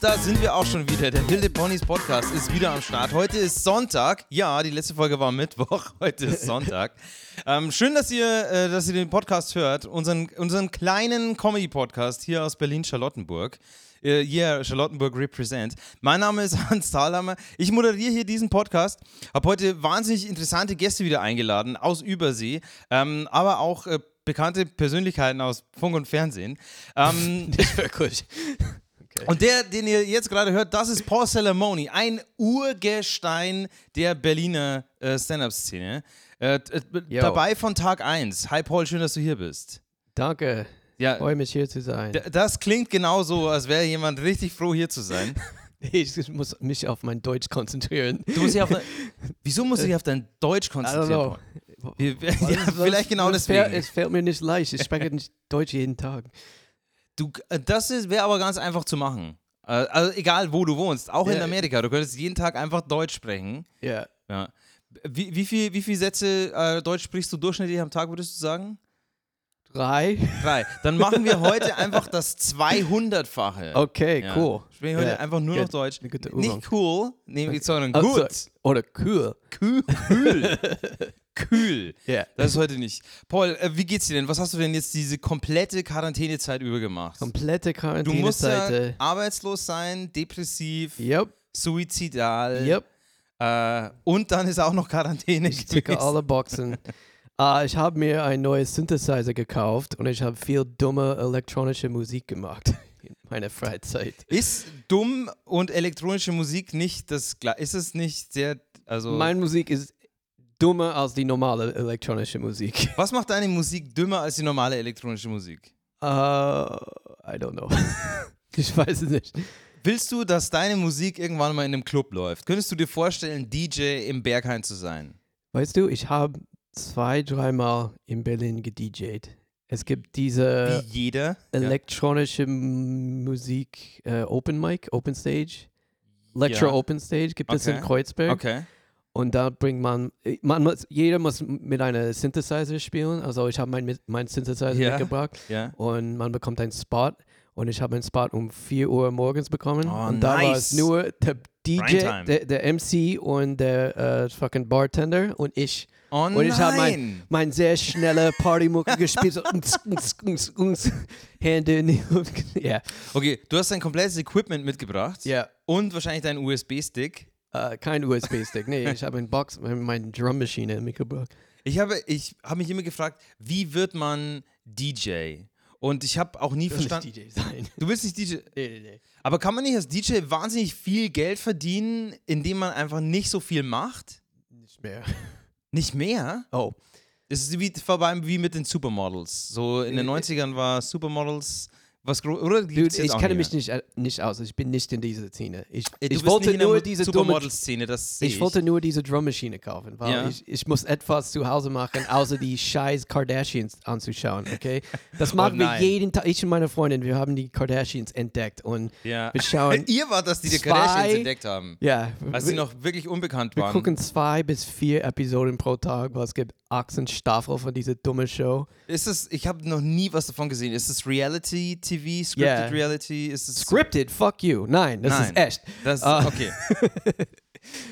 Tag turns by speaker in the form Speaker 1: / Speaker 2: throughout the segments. Speaker 1: da sind wir auch schon wieder. Der Wilde Ponys Podcast ist wieder am Start. Heute ist Sonntag. Ja, die letzte Folge war Mittwoch. Heute ist Sonntag. ähm, schön, dass ihr, äh, dass ihr den Podcast hört. Unseren, unseren kleinen Comedy-Podcast hier aus Berlin-Charlottenburg. Äh, yeah, Charlottenburg Represent. Mein Name ist Hans Thalhammer. Ich moderiere hier diesen Podcast. Habe heute wahnsinnig interessante Gäste wieder eingeladen aus Übersee, ähm, aber auch äh, bekannte Persönlichkeiten aus Funk und Fernsehen. Ähm,
Speaker 2: Das wäre gut.
Speaker 1: Und der, den ihr jetzt gerade hört, das ist Paul Salamoni, ein Urgestein der Berliner äh, Stand-Up-Szene. Äh, t- t-
Speaker 2: Yo.
Speaker 1: dabei von Tag 1. Hi Paul, schön, dass du hier bist.
Speaker 2: Danke.
Speaker 1: Ja,
Speaker 2: Freue mich hier zu sein.
Speaker 1: Äh, d- das klingt genau so, als wäre jemand richtig froh, hier zu sein.
Speaker 2: Ich muss mich auf mein Deutsch konzentrieren.
Speaker 1: Du musst dich auf dein, wieso musst du dich auf dein Deutsch
Speaker 2: I don't
Speaker 1: konzentrieren?
Speaker 2: know.
Speaker 1: Paul? Wir- wir-
Speaker 2: Was-
Speaker 1: ja,
Speaker 2: was-
Speaker 1: vielleicht genau
Speaker 2: es Fällt,
Speaker 1: deswegen.
Speaker 2: es fällt mir nicht leicht. Ich spreche nicht Deutsch jeden Tag.
Speaker 1: Du, äh, das ist- wäre aber ganz einfach zu machen. Äh, Also egal, wo du wohnst, auch in
Speaker 2: Ja.
Speaker 1: Amerika. Du könntest jeden Tag einfach Deutsch sprechen.
Speaker 2: Ja.
Speaker 1: Ja. Wie, wie viele wie viel Sätze äh, Deutsch sprichst du durchschnittlich am Tag, würdest du sagen?
Speaker 2: Drei.
Speaker 1: Drei. Dann machen wir heute einfach das 200-fache.
Speaker 2: Okay,
Speaker 1: Ja.
Speaker 2: cool.
Speaker 1: Sprechen heute
Speaker 2: Ja.
Speaker 1: einfach nur noch
Speaker 2: Gut.
Speaker 1: Deutsch.
Speaker 2: Eine gute Übung.
Speaker 1: Nicht cool, nee, sondern
Speaker 2: Also,
Speaker 1: gut.
Speaker 2: Oder cool.
Speaker 1: Kühl. Kühl. Kühl.
Speaker 2: Ja.
Speaker 1: Das ist heute nicht. Paul, äh, wie geht's dir denn? Was hast du denn jetzt diese komplette Quarantänezeit über gemacht?
Speaker 2: Komplette äh,
Speaker 1: Du musst ja
Speaker 2: Quarantäneseite.
Speaker 1: arbeitslos sein, depressiv,
Speaker 2: Yep,
Speaker 1: suizidal.
Speaker 2: yep.
Speaker 1: Äh, und dann ist auch noch Quarantäne.
Speaker 2: Ich ticke
Speaker 1: gewesen.
Speaker 2: alle Boxen. Ah, ich habe mir ein neues Synthesizer gekauft und ich habe viel dumme elektronische Musik gemacht in meiner Freizeit.
Speaker 1: Ist dumm und elektronische Musik nicht das gleiche? Ist es nicht sehr. Also,
Speaker 2: Meine Musik ist dummer als die normale elektronische Musik.
Speaker 1: was macht deine Musik dümmer als die normale elektronische Musik?
Speaker 2: Äh, I don't know. ich weiß es nicht.
Speaker 1: Willst du, dass deine Musik irgendwann mal in einem Club läuft? Könntest du dir vorstellen, DJ im Berghain zu sein?
Speaker 2: Weißt du, ich habe zwei, dreimal in Berlin gedjed. Es gibt diese
Speaker 1: Wie jeder?
Speaker 2: elektronische M- Musik äh, Open Mic, Open Stage. Lecture
Speaker 1: Ja.
Speaker 2: Open Stage gibt es in
Speaker 1: Okay.
Speaker 2: Kreuzberg.
Speaker 1: ja. Okay.
Speaker 2: Und da bringt man, man muss, jeder muss mit einer Synthesizer spielen. Also ich habe meinen mein Synthesizer
Speaker 1: Ja.
Speaker 2: mitgebracht.
Speaker 1: Ja.
Speaker 2: und man bekommt einen Spot und ich habe einen Spot um 4 Uhr morgens bekommen
Speaker 1: Oh,
Speaker 2: und da war es
Speaker 1: nice.
Speaker 2: nur der DJ,
Speaker 1: Primetime.
Speaker 2: der, der MC und der äh, fucking Bartender und ich.
Speaker 1: Oh
Speaker 2: Und ich habe mein,
Speaker 1: nein!
Speaker 2: mein sehr schnelle Partymucke gespielt, so unz, unz, unz, unz, Hände in die Luft. Ja,
Speaker 1: Okay, du hast dein komplettes Equipment mitgebracht.
Speaker 2: ja.
Speaker 1: Und wahrscheinlich deinen USB-Stick.
Speaker 2: Äh, kein USB-Stick, nee, ich habe einen Box, meine Drummaschine mitgebracht.
Speaker 1: Ich habe, ich habe mich immer gefragt, wie wird man DJ? Und ich habe auch nie
Speaker 2: Ich will
Speaker 1: verstanden.
Speaker 2: nicht DJ sein.
Speaker 1: Du willst nicht DJ.
Speaker 2: Nee, nee, nee.
Speaker 1: Aber kann man nicht als DJ wahnsinnig viel Geld verdienen, indem man einfach nicht so viel macht?
Speaker 2: Nicht mehr.
Speaker 1: Nicht mehr?
Speaker 2: Oh,
Speaker 1: Das ist wie vorbei wie mit den Supermodels. So in den 90ern war Supermodels was groß. Oder
Speaker 2: Äh, Dude,
Speaker 1: gibt's
Speaker 2: ich
Speaker 1: jetzt auch
Speaker 2: kenne
Speaker 1: nicht
Speaker 2: mich nicht, äh, nicht aus. Ich bin nicht in dieser Szene. Ich,
Speaker 1: mehr? Äh, du
Speaker 2: ich
Speaker 1: bist nicht
Speaker 2: wollte
Speaker 1: in der
Speaker 2: nur
Speaker 1: Mo-
Speaker 2: diese dumme
Speaker 1: Supermodel-Szene, das sehe ich.
Speaker 2: Ich wollte nur diese Drummaschine kaufen, weil
Speaker 1: Ja.
Speaker 2: ich, ich muss etwas zu Hause machen, außer die scheiß Kardashians anzuschauen, okay? Das machen wir
Speaker 1: Oh nein.
Speaker 2: jeden Tag. Ich und meine Freundin, wir haben die Kardashians entdeckt und
Speaker 1: ja.
Speaker 2: wir schauen,
Speaker 1: Ihr wart das, die die
Speaker 2: Zwei-
Speaker 1: Kardashians entdeckt haben.
Speaker 2: ja,
Speaker 1: Als sie
Speaker 2: wir,
Speaker 1: noch wirklich unbekannt
Speaker 2: wir
Speaker 1: waren.
Speaker 2: gucken zwei bis vier Episoden pro Tag, weil es gibt 18 Staffeln von dieser dummen Show.
Speaker 1: Ist es, ich habe noch nie was davon gesehen. Ist es Reality TV, Scripted
Speaker 2: Yeah.
Speaker 1: Reality? Ist es
Speaker 2: Scripted, fuck you. Nein, das ist
Speaker 1: Nein.
Speaker 2: echt.
Speaker 1: Das,
Speaker 2: Ah.
Speaker 1: Okay.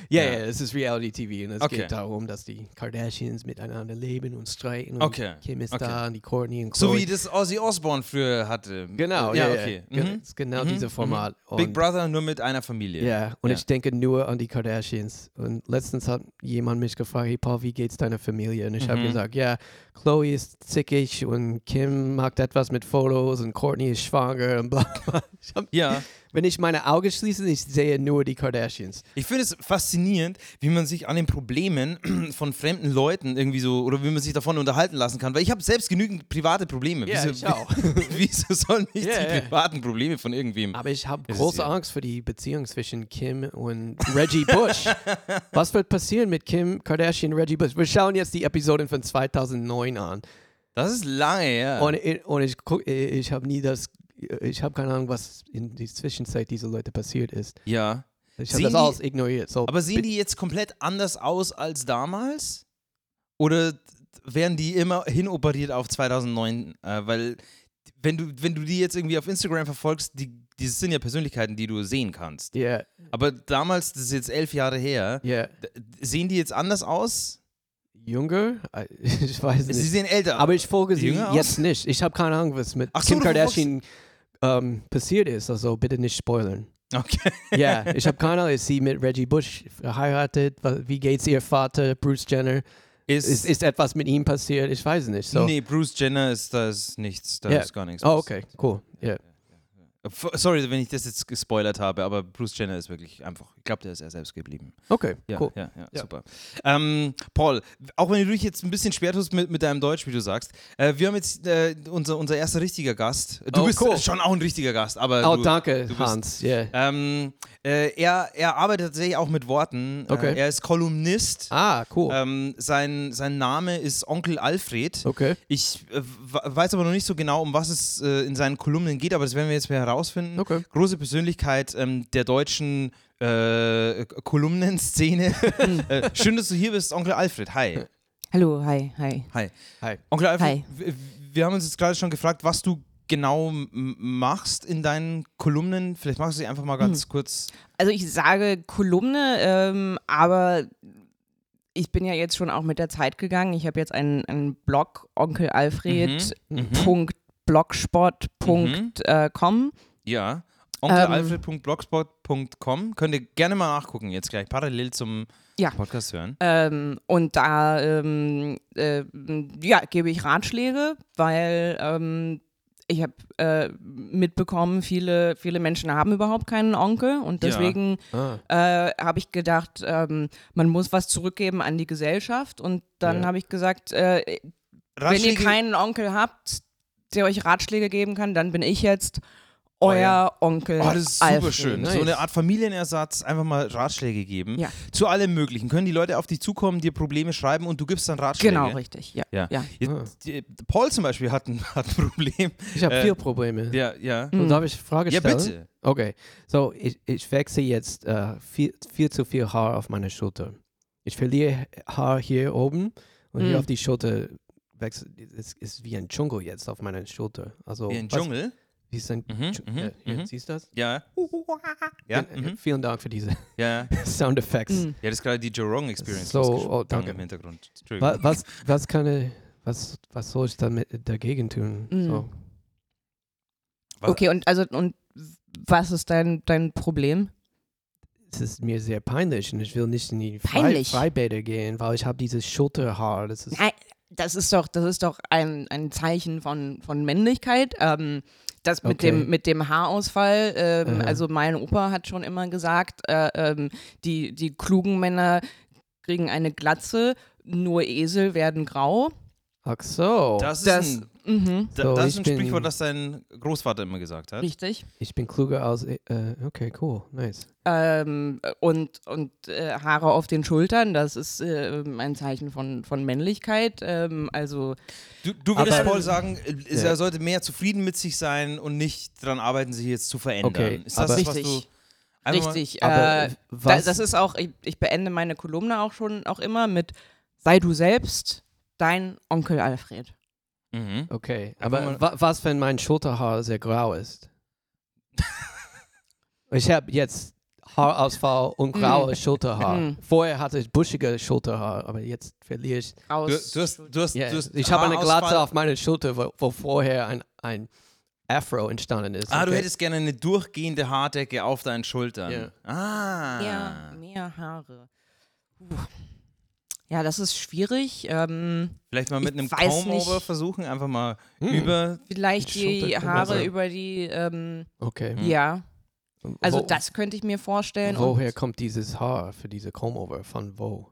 Speaker 2: Ja,
Speaker 1: Ja.
Speaker 2: ja, es ist Reality TV und es
Speaker 1: Okay.
Speaker 2: geht darum, dass die Kardashians miteinander leben und streiten und
Speaker 1: Okay.
Speaker 2: Kim ist
Speaker 1: Okay.
Speaker 2: da und die Courtney und
Speaker 1: So
Speaker 2: Khloe.
Speaker 1: wie das Ozzy Osbourne früher hatte.
Speaker 2: Genau,
Speaker 1: ja,
Speaker 2: ja, ja.
Speaker 1: okay.
Speaker 2: Ge-
Speaker 1: Mhm.
Speaker 2: ist Genau
Speaker 1: Mhm,
Speaker 2: dieses Format. Und,
Speaker 1: Big Brother nur mit einer Familie.
Speaker 2: Ja, und
Speaker 1: Ja.
Speaker 2: ich denke nur an die Kardashians. Und letztens hat jemand mich gefragt, hey Paul, wie geht's deiner Familie? Und ich habe
Speaker 1: Mhm.
Speaker 2: gesagt, ja, Chloe ist zickig und Kim macht etwas mit Fotos und Courtney ist schwanger und bla bla. Ich hab,
Speaker 1: Ja.
Speaker 2: wenn ich meine Augen schließe, ich sehe nur die Kardashians.
Speaker 1: Ich finde es faszinierend, wie man sich an den Problemen von fremden Leuten irgendwie so oder wie man sich davon unterhalten lassen kann, weil ich habe selbst genügend private Probleme.
Speaker 2: Ja,
Speaker 1: wieso,
Speaker 2: ich auch.
Speaker 1: wieso sollen mich
Speaker 2: Ja,
Speaker 1: die
Speaker 2: ja.
Speaker 1: privaten Probleme von irgendwem?
Speaker 2: Aber ich habe
Speaker 1: ist
Speaker 2: große
Speaker 1: ja.
Speaker 2: Angst für die Beziehung zwischen Kim und Reggie Bush. Was wird passieren mit Kim Kardashian und Reggie Bush? Wir schauen jetzt die Episoden von 2009 an.
Speaker 1: Das ist lange her.
Speaker 2: Und, i- und ich guck, i- ich habe nie das, ich habe keine Ahnung, was in der Zwischenzeit dieser Leute passiert ist.
Speaker 1: ja.
Speaker 2: Ich
Speaker 1: Sehen
Speaker 2: habe das
Speaker 1: die-
Speaker 2: alles ignoriert. So,
Speaker 1: Aber sehen
Speaker 2: bi-
Speaker 1: die jetzt komplett anders aus als damals? Oder werden die immer hinoperiert auf 2009? Äh, weil wenn du, wenn du die jetzt irgendwie auf Instagram verfolgst, die, die sind ja Persönlichkeiten, die du sehen kannst.
Speaker 2: Yeah,
Speaker 1: Aber damals, das ist jetzt elf Jahre her,
Speaker 2: yeah.
Speaker 1: d- sehen die jetzt anders aus?
Speaker 2: Jünger? I- Äh, Ich weiß
Speaker 1: Sie
Speaker 2: nicht.
Speaker 1: sehen älter.
Speaker 2: Aber ich folge sie
Speaker 1: Jünger aus?
Speaker 2: jetzt nicht. Ich habe keine Ahnung, was mit
Speaker 1: Ach so,
Speaker 2: Kim
Speaker 1: du verfolgst-
Speaker 2: Kardashian ähm, passiert ist. Also bitte nicht spoilern.
Speaker 1: okay.
Speaker 2: Ja, ich habe keine Ahnung. Ist sie mit Reggie Bush verheiratet? Wa- Wie geht's ihr Vater, Bruce Jenner?
Speaker 1: Ist,
Speaker 2: Ist, ist etwas mit ihm passiert? Ich weiß nicht. So.
Speaker 1: Nee, Bruce Jenner ist da ist nichts, da
Speaker 2: Ja.
Speaker 1: ist gar nichts.
Speaker 2: Oh, okay, cool. Yeah.
Speaker 1: F- Sorry, wenn ich das jetzt gespoilert habe, aber Bruce Jenner ist wirklich einfach, ich glaube, der ist er selbst geblieben.
Speaker 2: Okay,
Speaker 1: Ja,
Speaker 2: cool.
Speaker 1: ja, ja,
Speaker 2: Ja.
Speaker 1: super. Ähm, Paul, auch wenn du dich jetzt ein bisschen schwer tust mit, mit deinem Deutsch, wie du sagst, äh, wir haben jetzt äh, unser, unser erster richtiger Gast. Du
Speaker 2: Oh,
Speaker 1: bist
Speaker 2: cool.
Speaker 1: schon auch ein richtiger Gast, aber
Speaker 2: Oh,
Speaker 1: Also, du,
Speaker 2: danke,
Speaker 1: bist-
Speaker 2: Hans. Yeah.
Speaker 1: Ähm, äh, er, er arbeitet tatsächlich auch mit Worten.
Speaker 2: Okay.
Speaker 1: Äh, er ist Kolumnist.
Speaker 2: Ah, cool. Oh.
Speaker 1: Ähm, sein, sein Name ist Onkel Alfred.
Speaker 2: Okay.
Speaker 1: Ich äh, w- weiß aber noch nicht so genau, um was es äh, in seinen Kolumnen geht, aber das werden wir jetzt mal herausfinden.
Speaker 2: Okay.
Speaker 1: Große Persönlichkeit ähm, der deutschen äh, K- Kolumnenszene.
Speaker 3: Hm.
Speaker 1: äh, schön, dass du hier bist, Onkel Alfred. Hi.
Speaker 3: Hallo, hi, hi.
Speaker 1: Hi.
Speaker 2: Hi.
Speaker 1: Onkel Alfred,
Speaker 3: Hi.
Speaker 1: w- w- wir haben uns jetzt gerade schon gefragt, was du genau m- machst in deinen Kolumnen. Vielleicht magst du dich einfach mal ganz kurz.
Speaker 3: Also ich sage Kolumne, ähm, aber ich bin ja jetzt schon auch mit der Zeit gegangen. Ich habe jetzt einen, einen Blog,
Speaker 2: Mhm.
Speaker 1: mhm.
Speaker 3: onkelalfred.blogspot.com.
Speaker 1: Ja.
Speaker 3: Ähm.
Speaker 1: Onkelalfred.blogspot.com. Könnt ihr gerne mal nachgucken, jetzt gleich parallel zum
Speaker 3: Ja.
Speaker 1: Podcast hören.
Speaker 3: Ähm, und da ähm, ähm, ja, gebe ich Ratschläge, weil ähm, ich habe äh, mitbekommen, viele, viele Menschen haben überhaupt keinen Onkel und
Speaker 1: Ja.
Speaker 3: deswegen
Speaker 2: Ah.
Speaker 3: äh, habe ich gedacht, ähm, man muss was zurückgeben an die Gesellschaft. Und dann
Speaker 2: Ja.
Speaker 3: habe ich gesagt, äh, wenn ihr keinen Onkel habt, der euch Ratschläge geben kann, dann bin ich jetzt euer
Speaker 1: Euer-
Speaker 3: Onkel.
Speaker 1: Oh, das ist super
Speaker 3: Alfred.
Speaker 1: schön.
Speaker 2: Äh, Nice.
Speaker 1: So eine Art Familienersatz, einfach mal Ratschläge geben.
Speaker 3: Ja.
Speaker 1: Zu allem Möglichen. Können die Leute auf dich zukommen, dir Probleme schreiben und du gibst dann Ratschläge.
Speaker 3: Genau, richtig. Ja.
Speaker 1: Ja.
Speaker 3: Ja.
Speaker 1: Jetzt, die- Paul zum Beispiel hat ein, hat ein Problem.
Speaker 2: ah. Ich habe
Speaker 1: Äh,
Speaker 2: vier Probleme.
Speaker 1: Ja, ja.
Speaker 2: So, darf ich eine Frage
Speaker 1: Ja,
Speaker 2: stellen?
Speaker 1: bitte.
Speaker 2: Okay, so ich, ich wechsle jetzt äh, viel, viel zu viel Haar auf meine Schulter. Ich verliere Haar hier oben und
Speaker 3: Mhm.
Speaker 2: hier auf die Schulter wechselt. Es ist wie ein Dschungel jetzt auf meiner Schulter. Also
Speaker 1: Wie ein
Speaker 2: was-
Speaker 1: Dschungel.
Speaker 2: Wie ist ein
Speaker 1: Oh, Mhm,
Speaker 2: Dschungel?
Speaker 1: mhm,
Speaker 2: ja, Äh, hier,
Speaker 1: mhm.
Speaker 2: Siehst du das?
Speaker 1: Ja. Ja,
Speaker 2: Vielen-
Speaker 1: mhm.
Speaker 2: Vielen Dank für diese
Speaker 1: ja. ja,
Speaker 2: Sound Effects.
Speaker 3: Mhm.
Speaker 1: das ist gerade die Joe Rogan Experience.
Speaker 2: So,
Speaker 1: losgeschlagen
Speaker 2: oh, danke.
Speaker 1: Im Hintergrund.
Speaker 2: Wa-
Speaker 1: Entschuldigung.
Speaker 2: Was, was kann ich, was, was soll ich damit dagegen tun?
Speaker 3: Mhm.
Speaker 2: So.
Speaker 1: Was-
Speaker 3: Okay, und also und was ist dein, dein Problem?
Speaker 2: es ist mir sehr peinlich und ich will nicht in die Frei
Speaker 3: Peinlich?
Speaker 2: Freibäder gehen, weil ich habe dieses Schulterhaar. Das ist
Speaker 3: Nein, das ist doch, das ist doch ein, ein Zeichen von, von Männlichkeit. Ähm, das mit,
Speaker 2: Okay.
Speaker 3: dem, mit dem Haarausfall, ähm,
Speaker 2: Aha.
Speaker 3: also mein Opa hat schon immer gesagt, äh, ähm, die, die klugen Männer kriegen eine Glatze, nur Esel werden grau.
Speaker 2: ach so.
Speaker 1: Das ist
Speaker 3: das-
Speaker 1: ein,
Speaker 3: Mhm.
Speaker 1: da,
Speaker 2: So,
Speaker 1: das
Speaker 2: ich
Speaker 1: ist ein
Speaker 2: bin-
Speaker 1: Sprichwort, das dein Großvater immer gesagt hat.
Speaker 3: Richtig.
Speaker 2: Ich bin kluger als äh, okay, cool, nice.
Speaker 3: Ähm, und und äh, Haare auf den Schultern, das ist äh, ein Zeichen von, von Männlichkeit. Ähm, also
Speaker 1: Du, du würdest
Speaker 2: Aber-
Speaker 1: Paul sagen, äh,
Speaker 2: Ja.
Speaker 1: er sollte mehr zufrieden mit sich sein und nicht daran arbeiten, sich jetzt zu verändern.
Speaker 2: Okay,
Speaker 1: ist das,
Speaker 2: aber-
Speaker 1: was du
Speaker 3: Richtig.
Speaker 1: einfach mal-
Speaker 3: Richtig.
Speaker 2: Aber
Speaker 3: äh, da,
Speaker 2: was?
Speaker 3: das ist auch, ich, ich beende meine Kolumne auch schon auch immer mit Sei du selbst, dein Onkel Alfred.
Speaker 1: Mhm.
Speaker 2: okay,
Speaker 1: Einfach
Speaker 2: aber
Speaker 1: mal-
Speaker 2: wa was, wenn mein Schulterhaar sehr grau ist? ich habe jetzt Haarausfall und graue Schulterhaar.
Speaker 3: Mm.
Speaker 2: Vorher hatte ich buschige Schulterhaar, aber jetzt verliere ich.
Speaker 1: Du,
Speaker 3: Raus.
Speaker 1: du hast, du hast,
Speaker 2: Yeah.
Speaker 1: du hast
Speaker 2: Ich habe eine
Speaker 1: Haarausfall.
Speaker 2: Glatze auf meiner Schulter, wo, wo vorher ein, ein Afro entstanden ist.
Speaker 1: Ah, du
Speaker 2: okay?
Speaker 1: hättest gerne eine durchgehende Haardecke auf deinen Schultern.
Speaker 2: Ja.
Speaker 1: Ah.
Speaker 3: mehr, mehr Haare. Puh. Ja, das ist schwierig. Ähm,
Speaker 1: Vielleicht mal mit
Speaker 3: Ich
Speaker 1: einem
Speaker 3: weiß
Speaker 1: Comb-Over
Speaker 3: nicht.
Speaker 1: versuchen, einfach mal
Speaker 2: Hm,
Speaker 1: über.
Speaker 3: vielleicht
Speaker 2: Die Schulter
Speaker 3: die
Speaker 2: gucken,
Speaker 3: Haare
Speaker 2: also-
Speaker 3: über die, ähm,
Speaker 2: Mm. Okay.
Speaker 3: ja. Also
Speaker 2: Hm. Wo-
Speaker 3: das könnte ich mir vorstellen. Und
Speaker 2: Woher kommt dieses Haar für diese Comb-Over? Von wo?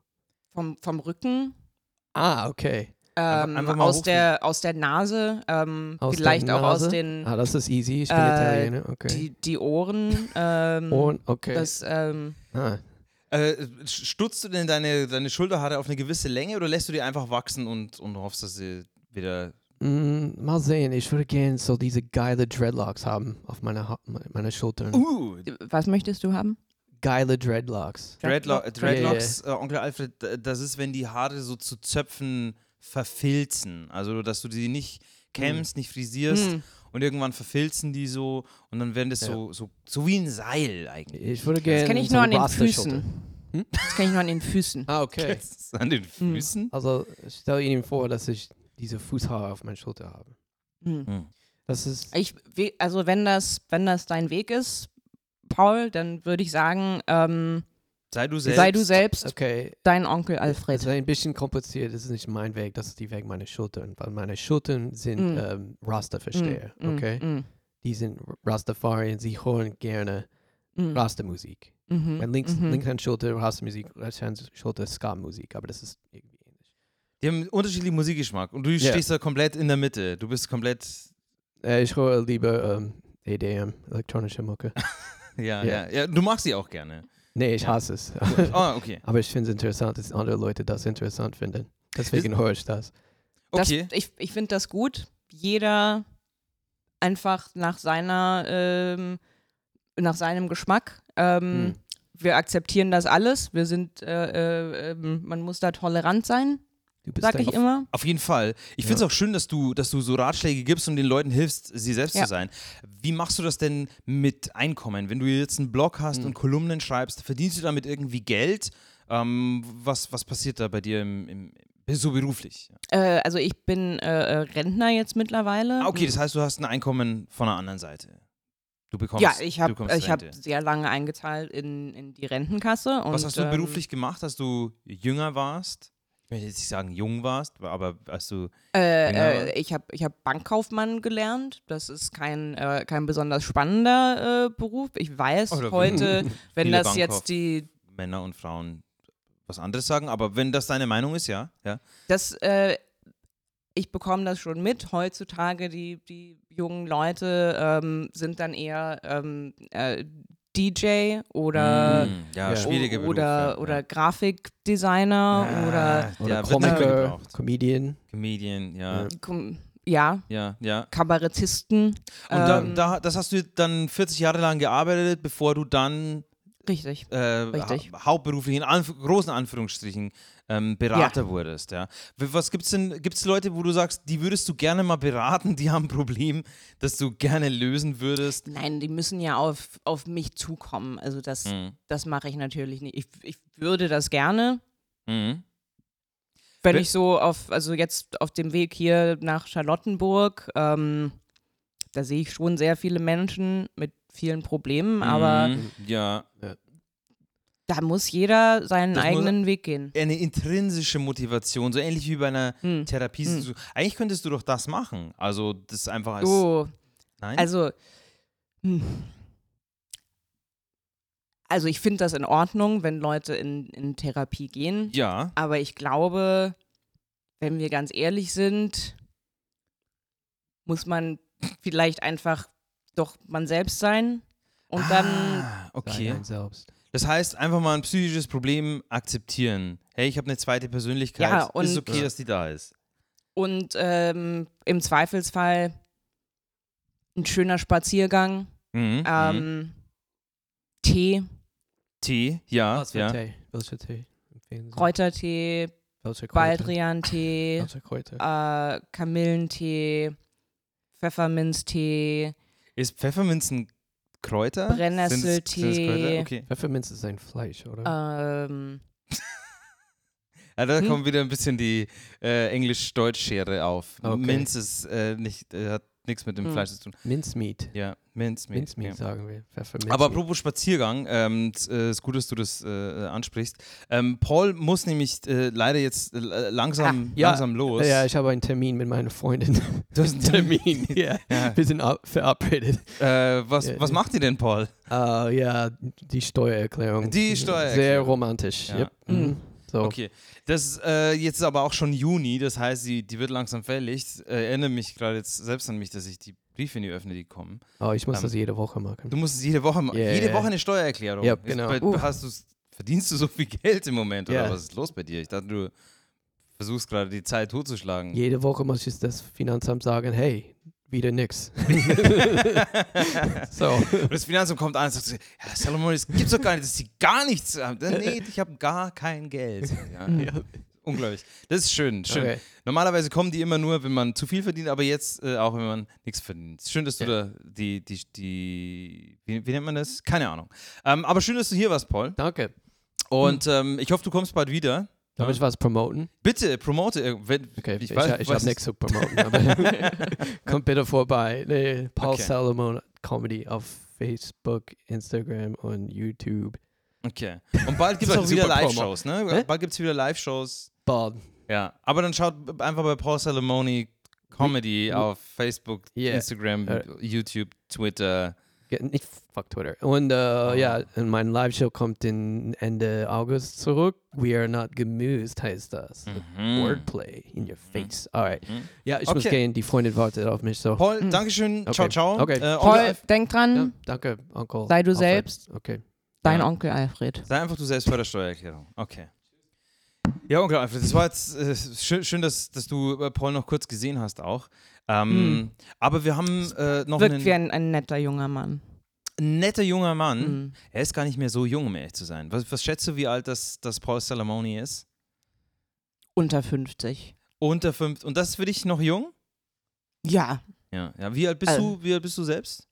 Speaker 3: vom, vom Rücken,
Speaker 2: Ah, okay.
Speaker 3: ähm,
Speaker 1: einfach mal
Speaker 3: aus,
Speaker 1: hochgehen.
Speaker 3: der, aus der Nase, ähm,
Speaker 2: Aus der
Speaker 3: vielleicht auch
Speaker 2: Nase?
Speaker 3: aus den
Speaker 2: Ah, das ist easy. Ich bin
Speaker 3: Äh,
Speaker 2: Italiener. Okay.
Speaker 3: die, die Ohren. Ähm,
Speaker 2: Und, okay.
Speaker 3: Das, ähm,
Speaker 2: ah.
Speaker 1: Äh, stutzt du denn deine, deine Schulterhaare auf eine gewisse Länge oder lässt du die einfach wachsen und, und hoffst, dass sie wieder.
Speaker 2: mm, mal sehen. Ich würde gerne so diese geile Dreadlocks haben auf meiner, ha meiner Schultern.
Speaker 1: Uh,
Speaker 3: was möchtest du haben?
Speaker 2: Geile Dreadlocks.
Speaker 1: Dreadlo
Speaker 3: Dreadlock-
Speaker 1: Dreadlocks, äh, Onkel Alfred, d- das ist, wenn die Haare so
Speaker 2: Mhm.
Speaker 1: zu Zöpfen verfilzen. Also, dass du die nicht kämmst, nicht frisierst
Speaker 3: Hm.
Speaker 1: und irgendwann verfilzen die so und dann werden das so, so, so wie ein Seil eigentlich.
Speaker 2: Ich würde gerne.
Speaker 3: kenne ich
Speaker 2: so
Speaker 3: nur an den
Speaker 2: Roster
Speaker 3: Füßen.
Speaker 2: Schulter.
Speaker 3: Das kann ich nur an den Füßen.
Speaker 2: Ah, okay.
Speaker 1: Das ist An den Füßen?
Speaker 2: Also stell Ihnen vor, dass ich diese Fußhaare auf meiner Schulter habe.
Speaker 3: Hm.
Speaker 2: Mhm.
Speaker 1: Mhm.
Speaker 2: Das ist.
Speaker 3: Ich, we- also wenn das, wenn das dein Weg ist, Paul, dann würde ich sagen, ähm,
Speaker 1: Sei du selbst.
Speaker 3: sei du selbst
Speaker 2: Okay,
Speaker 3: dein Onkel
Speaker 2: das ist
Speaker 3: Alfred.
Speaker 2: ein bisschen kompliziert. Das ist nicht mein Weg, das ist die Weg meiner Schultern. Weil meine Schultern sind
Speaker 3: Mm.
Speaker 2: ähm, Rasta-Versteher, okay?
Speaker 3: Mm,
Speaker 2: Die sind Rastafari und sie hören gerne
Speaker 3: mm, mm,
Speaker 2: Rasta-Musik.
Speaker 3: mhm,
Speaker 2: Mein links,
Speaker 3: mhm.
Speaker 2: links Hand Schulter Rasta-Musik, rechts Hand Schulter Ska-Musik. Aber das ist irgendwie ähnlich.
Speaker 1: Die haben unterschiedlichen Musikgeschmack und du
Speaker 2: Ja.
Speaker 1: stehst da komplett in der Mitte. Du bist komplett.
Speaker 2: Äh, ich höre lieber ähm, EDM, elektronische Mucke.
Speaker 1: Ja,
Speaker 2: Ja.
Speaker 1: ja, ja. Du magst sie auch gerne.
Speaker 2: nee, ich hasse es.
Speaker 3: Oh.
Speaker 1: Ah, okay.
Speaker 2: Aber ich finde es interessant, dass andere Leute das interessant finden. Deswegen höre ich das.
Speaker 1: Okay.
Speaker 3: Das, ich ich finde das gut. Jeder einfach nach seiner, ähm, nach seinem Geschmack. Ähm,
Speaker 2: Hm.
Speaker 3: Wir akzeptieren das alles. Wir sind, äh, äh, ähm, man muss da tolerant sein,
Speaker 2: Du bist
Speaker 3: sag
Speaker 2: ein-
Speaker 3: ich immer.
Speaker 1: Auf jeden Fall. Ich finde es auch schön, dass du, dass du so Ratschläge gibst und den Leuten hilfst, sie selbst
Speaker 3: Ja.
Speaker 1: zu sein. Wie machst du das denn mit Einkommen? Wenn du jetzt einen Blog hast
Speaker 3: Hm.
Speaker 1: und Kolumnen schreibst, verdienst du damit irgendwie Geld? Ähm, was, was passiert da bei dir im, im, so beruflich?
Speaker 3: Äh, also ich bin äh, äh, Rentner jetzt mittlerweile.
Speaker 1: Ah, okay, das heißt, du hast ein Einkommen von der anderen Seite. Du bekommst
Speaker 3: Ja, ich
Speaker 1: du
Speaker 3: habe
Speaker 1: bekommst
Speaker 3: hab
Speaker 1: Rente.
Speaker 3: sehr lange eingezahlt in, in die Rentenkasse. Und,
Speaker 1: Was hast du
Speaker 3: ähm,
Speaker 1: beruflich gemacht, als du jünger warst? Ich möchte jetzt nicht sagen, jung warst, aber als du.
Speaker 3: Äh,
Speaker 1: Genau.
Speaker 3: äh, ich habe ich hab Bankkaufmann gelernt. Das ist kein, äh, kein besonders spannender äh, Beruf. Ich weiß
Speaker 1: Oder
Speaker 3: heute, wenn
Speaker 1: viele
Speaker 3: das
Speaker 1: Bankkauf-
Speaker 3: jetzt die.
Speaker 1: Männer und Frauen was anderes sagen, aber wenn das deine Meinung ist, ja. ja.
Speaker 3: Das, äh, ich bekomme das schon mit. Heutzutage, die, die jungen Leute ähm, sind dann eher ähm, äh, DJ oder.
Speaker 1: Mm, ja,
Speaker 2: ja.
Speaker 1: schwierige Berufe.
Speaker 3: oder,
Speaker 1: ja.
Speaker 3: oder Grafikdesigner
Speaker 1: Ah,
Speaker 3: oder
Speaker 2: Oder
Speaker 1: ja, wird nicht mehr
Speaker 2: Komiker,
Speaker 1: gebraucht.
Speaker 2: Comedian.
Speaker 1: Comedian, ja,
Speaker 2: Äh, Ja.
Speaker 3: Kom- ja,
Speaker 1: ja, ja. Und
Speaker 3: Kabarettisten.
Speaker 1: da,
Speaker 3: ähm,
Speaker 1: da, das hast du dann 40 Jahre lang gearbeitet, bevor du dann
Speaker 3: richtig.
Speaker 1: äh,
Speaker 3: Richtig.
Speaker 1: hau hauptberuflich in Anf großen Anführungsstrichen ähm, Berater wurdest, ja. W- Was gibt's denn, gibt's Leute, wo du sagst, die würdest du gerne mal beraten, die haben ein Problem, das du gerne lösen würdest?
Speaker 3: Nein, die müssen ja auf, auf mich zukommen. Also das,
Speaker 1: Mhm.
Speaker 3: das mache ich natürlich nicht. Ich, ich würde das gerne,
Speaker 1: Mhm.
Speaker 3: wenn
Speaker 1: Wer-
Speaker 3: ich so auf, also jetzt auf dem Weg hier nach Charlottenburg, ähm, da sehe ich schon sehr viele Menschen mit vielen Problemen, aber
Speaker 1: Mhm, ja.
Speaker 3: da muss jeder seinen
Speaker 1: Das muss-
Speaker 3: eigenen Weg gehen.
Speaker 1: eine intrinsische Motivation, so ähnlich wie bei einer
Speaker 3: Hm.
Speaker 1: Therapie.
Speaker 3: Hm.
Speaker 1: So- Eigentlich könntest du doch das machen. Also das ist einfach als
Speaker 3: So,
Speaker 1: Nein.
Speaker 3: Oh, Also, hm. also ich finde das in Ordnung, wenn Leute in, in Therapie gehen.
Speaker 1: ja.
Speaker 3: Aber ich glaube, wenn wir ganz ehrlich sind, muss man vielleicht einfach doch man selbst sein und dann
Speaker 1: Ah,
Speaker 2: Okay.
Speaker 1: okay.
Speaker 2: selbst.
Speaker 1: Das heißt einfach mal ein psychisches Problem akzeptieren. Hey, ich habe eine zweite Persönlichkeit.
Speaker 3: Ja,
Speaker 1: ist
Speaker 3: und-
Speaker 1: okay, dass die da ist.
Speaker 3: und ähm, im Zweifelsfall ein schöner Spaziergang,
Speaker 1: Mhm. mhm.
Speaker 3: ähm, Tee,
Speaker 1: Tee, ja,
Speaker 2: Was für
Speaker 1: ja.
Speaker 2: Tee? Welcher Tee? empfehlen Sie?
Speaker 3: Kräutertee,
Speaker 2: Welcher Kräuter?
Speaker 3: Baldrian-Tee.
Speaker 2: Welcher Kräuter?
Speaker 3: äh, Kamillentee, Pfefferminztee.
Speaker 1: Ist Pfefferminz ein Kräuter? Sind's-
Speaker 3: Brennnesseltee.
Speaker 1: sind's Kräuter? Okay.
Speaker 2: Pfefferminz ist ein Fleisch, oder?
Speaker 3: Ähm,
Speaker 1: Ja, da
Speaker 3: Hm.
Speaker 1: kommt wieder ein bisschen die äh, Englisch-Deutsch-Schere auf.
Speaker 2: Okay.
Speaker 1: Minz ist äh, nicht, äh, hat nichts mit dem
Speaker 3: Hm.
Speaker 1: Fleisch zu tun.
Speaker 2: Mincemeat.
Speaker 1: Ja, Minz, Minz,
Speaker 2: Mincemeat
Speaker 1: ja.
Speaker 2: sagen wir. Pfefferminz.
Speaker 1: Aber apropos Spaziergang, ähm, es äh, ist gut, dass du das äh, ansprichst. Ähm, Paul muss nämlich äh, leider jetzt äh, langsam,
Speaker 2: Ah, ja.
Speaker 1: langsam los.
Speaker 2: Ja, ich habe einen Termin mit meiner Freundin.
Speaker 1: du hast einen
Speaker 2: Termin, ja.
Speaker 1: Ja.
Speaker 2: Wir sind ab- verabredet.
Speaker 1: Äh, was,
Speaker 2: Ja,
Speaker 1: was
Speaker 2: ja.
Speaker 1: macht ihr denn, Paul?
Speaker 2: Ah, ja, die Steuererklärung.
Speaker 1: Die Steuererklärung.
Speaker 2: Sehr romantisch.
Speaker 1: Ja.
Speaker 2: Yep. Mhm. So.
Speaker 1: Okay, das äh, jetzt ist aber auch schon Juni, das heißt, die, die wird langsam fällig. Äh, erinnere mich gerade jetzt selbst an mich, dass ich die Briefe nie öffne, die kommen.
Speaker 2: Oh, ich muss
Speaker 1: Ähm,
Speaker 2: das jede Woche machen.
Speaker 1: Du musst es jede Woche machen.
Speaker 2: Ja,
Speaker 1: jede
Speaker 2: ja,
Speaker 1: Woche
Speaker 2: ja.
Speaker 1: eine Steuererklärung.
Speaker 2: Ja,
Speaker 1: Ist
Speaker 2: genau.
Speaker 1: Bei,
Speaker 3: Uh.
Speaker 1: hast du's, verdienst du so viel Geld im Moment
Speaker 2: Ja.
Speaker 1: oder was ist los bei dir? Ich dachte, du versuchst gerade die Zeit totzuschlagen.
Speaker 2: Jede Woche muss ich das Finanzamt sagen, hey, wieder nix. so.
Speaker 1: Und das Finanzamt kommt an und sagt, ja, Äh, Salomon, das gibt's doch gar nicht, dass sie gar nichts haben. Nee, ich habe gar kein Geld. Ja. Unglaublich. Das ist schön, schön.
Speaker 2: Okay.
Speaker 1: Normalerweise kommen die immer nur, wenn man zu viel verdient, aber jetzt äh, auch, wenn man nichts verdient. Schön, dass du
Speaker 2: Ja.
Speaker 1: da die, die, die, wie, wie nennt man das? Keine Ahnung. Ähm, aber schön, dass du hier warst, Paul.
Speaker 2: Danke.
Speaker 1: Und
Speaker 2: Hm.
Speaker 1: ähm, ich hoffe, du kommst bald wieder.
Speaker 2: Darf ich was promoten?
Speaker 1: Bitte promote. ir- Wenn,
Speaker 2: Okay, ich,
Speaker 1: weiß-
Speaker 2: ich
Speaker 1: weiß-
Speaker 2: habe nichts zu promoten, aber kommt bitte vorbei. Nee, Paul
Speaker 1: Okay.
Speaker 2: Salomon Comedy auf Facebook, Instagram und YouTube.
Speaker 1: Okay. Und bald gibt es
Speaker 2: Das war
Speaker 1: auch
Speaker 2: ein
Speaker 1: wieder
Speaker 2: super Promo.
Speaker 1: Live-Shows, ne?
Speaker 2: Hä?
Speaker 1: Bald gibt es wieder Live-Shows.
Speaker 2: Bald.
Speaker 1: Ja. Aber dann schaut einfach bei Paul Salamoni Comedy
Speaker 2: we-
Speaker 1: auf Facebook,
Speaker 2: Yeah.
Speaker 1: Instagram,
Speaker 2: Äh.
Speaker 1: YouTube, Twitter.
Speaker 2: Ja, nicht fuck Twitter. Und äh,
Speaker 1: Ah.
Speaker 2: ja, und mein Live-Show kommt in Ende August zurück. We are not gemused heißt das.
Speaker 1: Mhm.
Speaker 2: Wordplay in your face. Alright.
Speaker 1: Mhm.
Speaker 2: Ja, ich muss
Speaker 1: Okay.
Speaker 2: gehen. Die Freundin wartet auf mich. So.
Speaker 1: Paul, Dankeschön. Ciao,
Speaker 2: Okay.
Speaker 1: ciao.
Speaker 2: Okay.
Speaker 1: Äh,
Speaker 3: Paul,
Speaker 1: Olaf,
Speaker 3: denk
Speaker 2: Ja,
Speaker 3: dran,
Speaker 2: danke, Onkel.
Speaker 3: sei du
Speaker 2: Alfred.
Speaker 3: selbst.
Speaker 2: Okay.
Speaker 3: dein
Speaker 1: Ja.
Speaker 3: Onkel Alfred.
Speaker 1: Sei einfach du selbst bei der Steuererklärung. Okay. Ja, Onkel Alfred, das war jetzt äh, schön, schön dass, dass du äh, Paul noch kurz gesehen hast auch. Ähm, Aber wir haben äh, noch
Speaker 3: Wirkt wie
Speaker 1: einen Hm?
Speaker 3: ein, ein netter junger Mann.
Speaker 1: netter junger Mann.
Speaker 3: Mhm.
Speaker 1: Er ist gar nicht mehr so jung, um ehrlich zu sein. Was, was schätzt du, wie alt das, das Paul Salamoni ist?
Speaker 3: Unter 50.
Speaker 1: Unter fünf. Und das ist für dich noch jung?
Speaker 3: Ja,
Speaker 1: Ja. ja wie, alt bist
Speaker 3: Also-
Speaker 1: du, wie alt bist du selbst?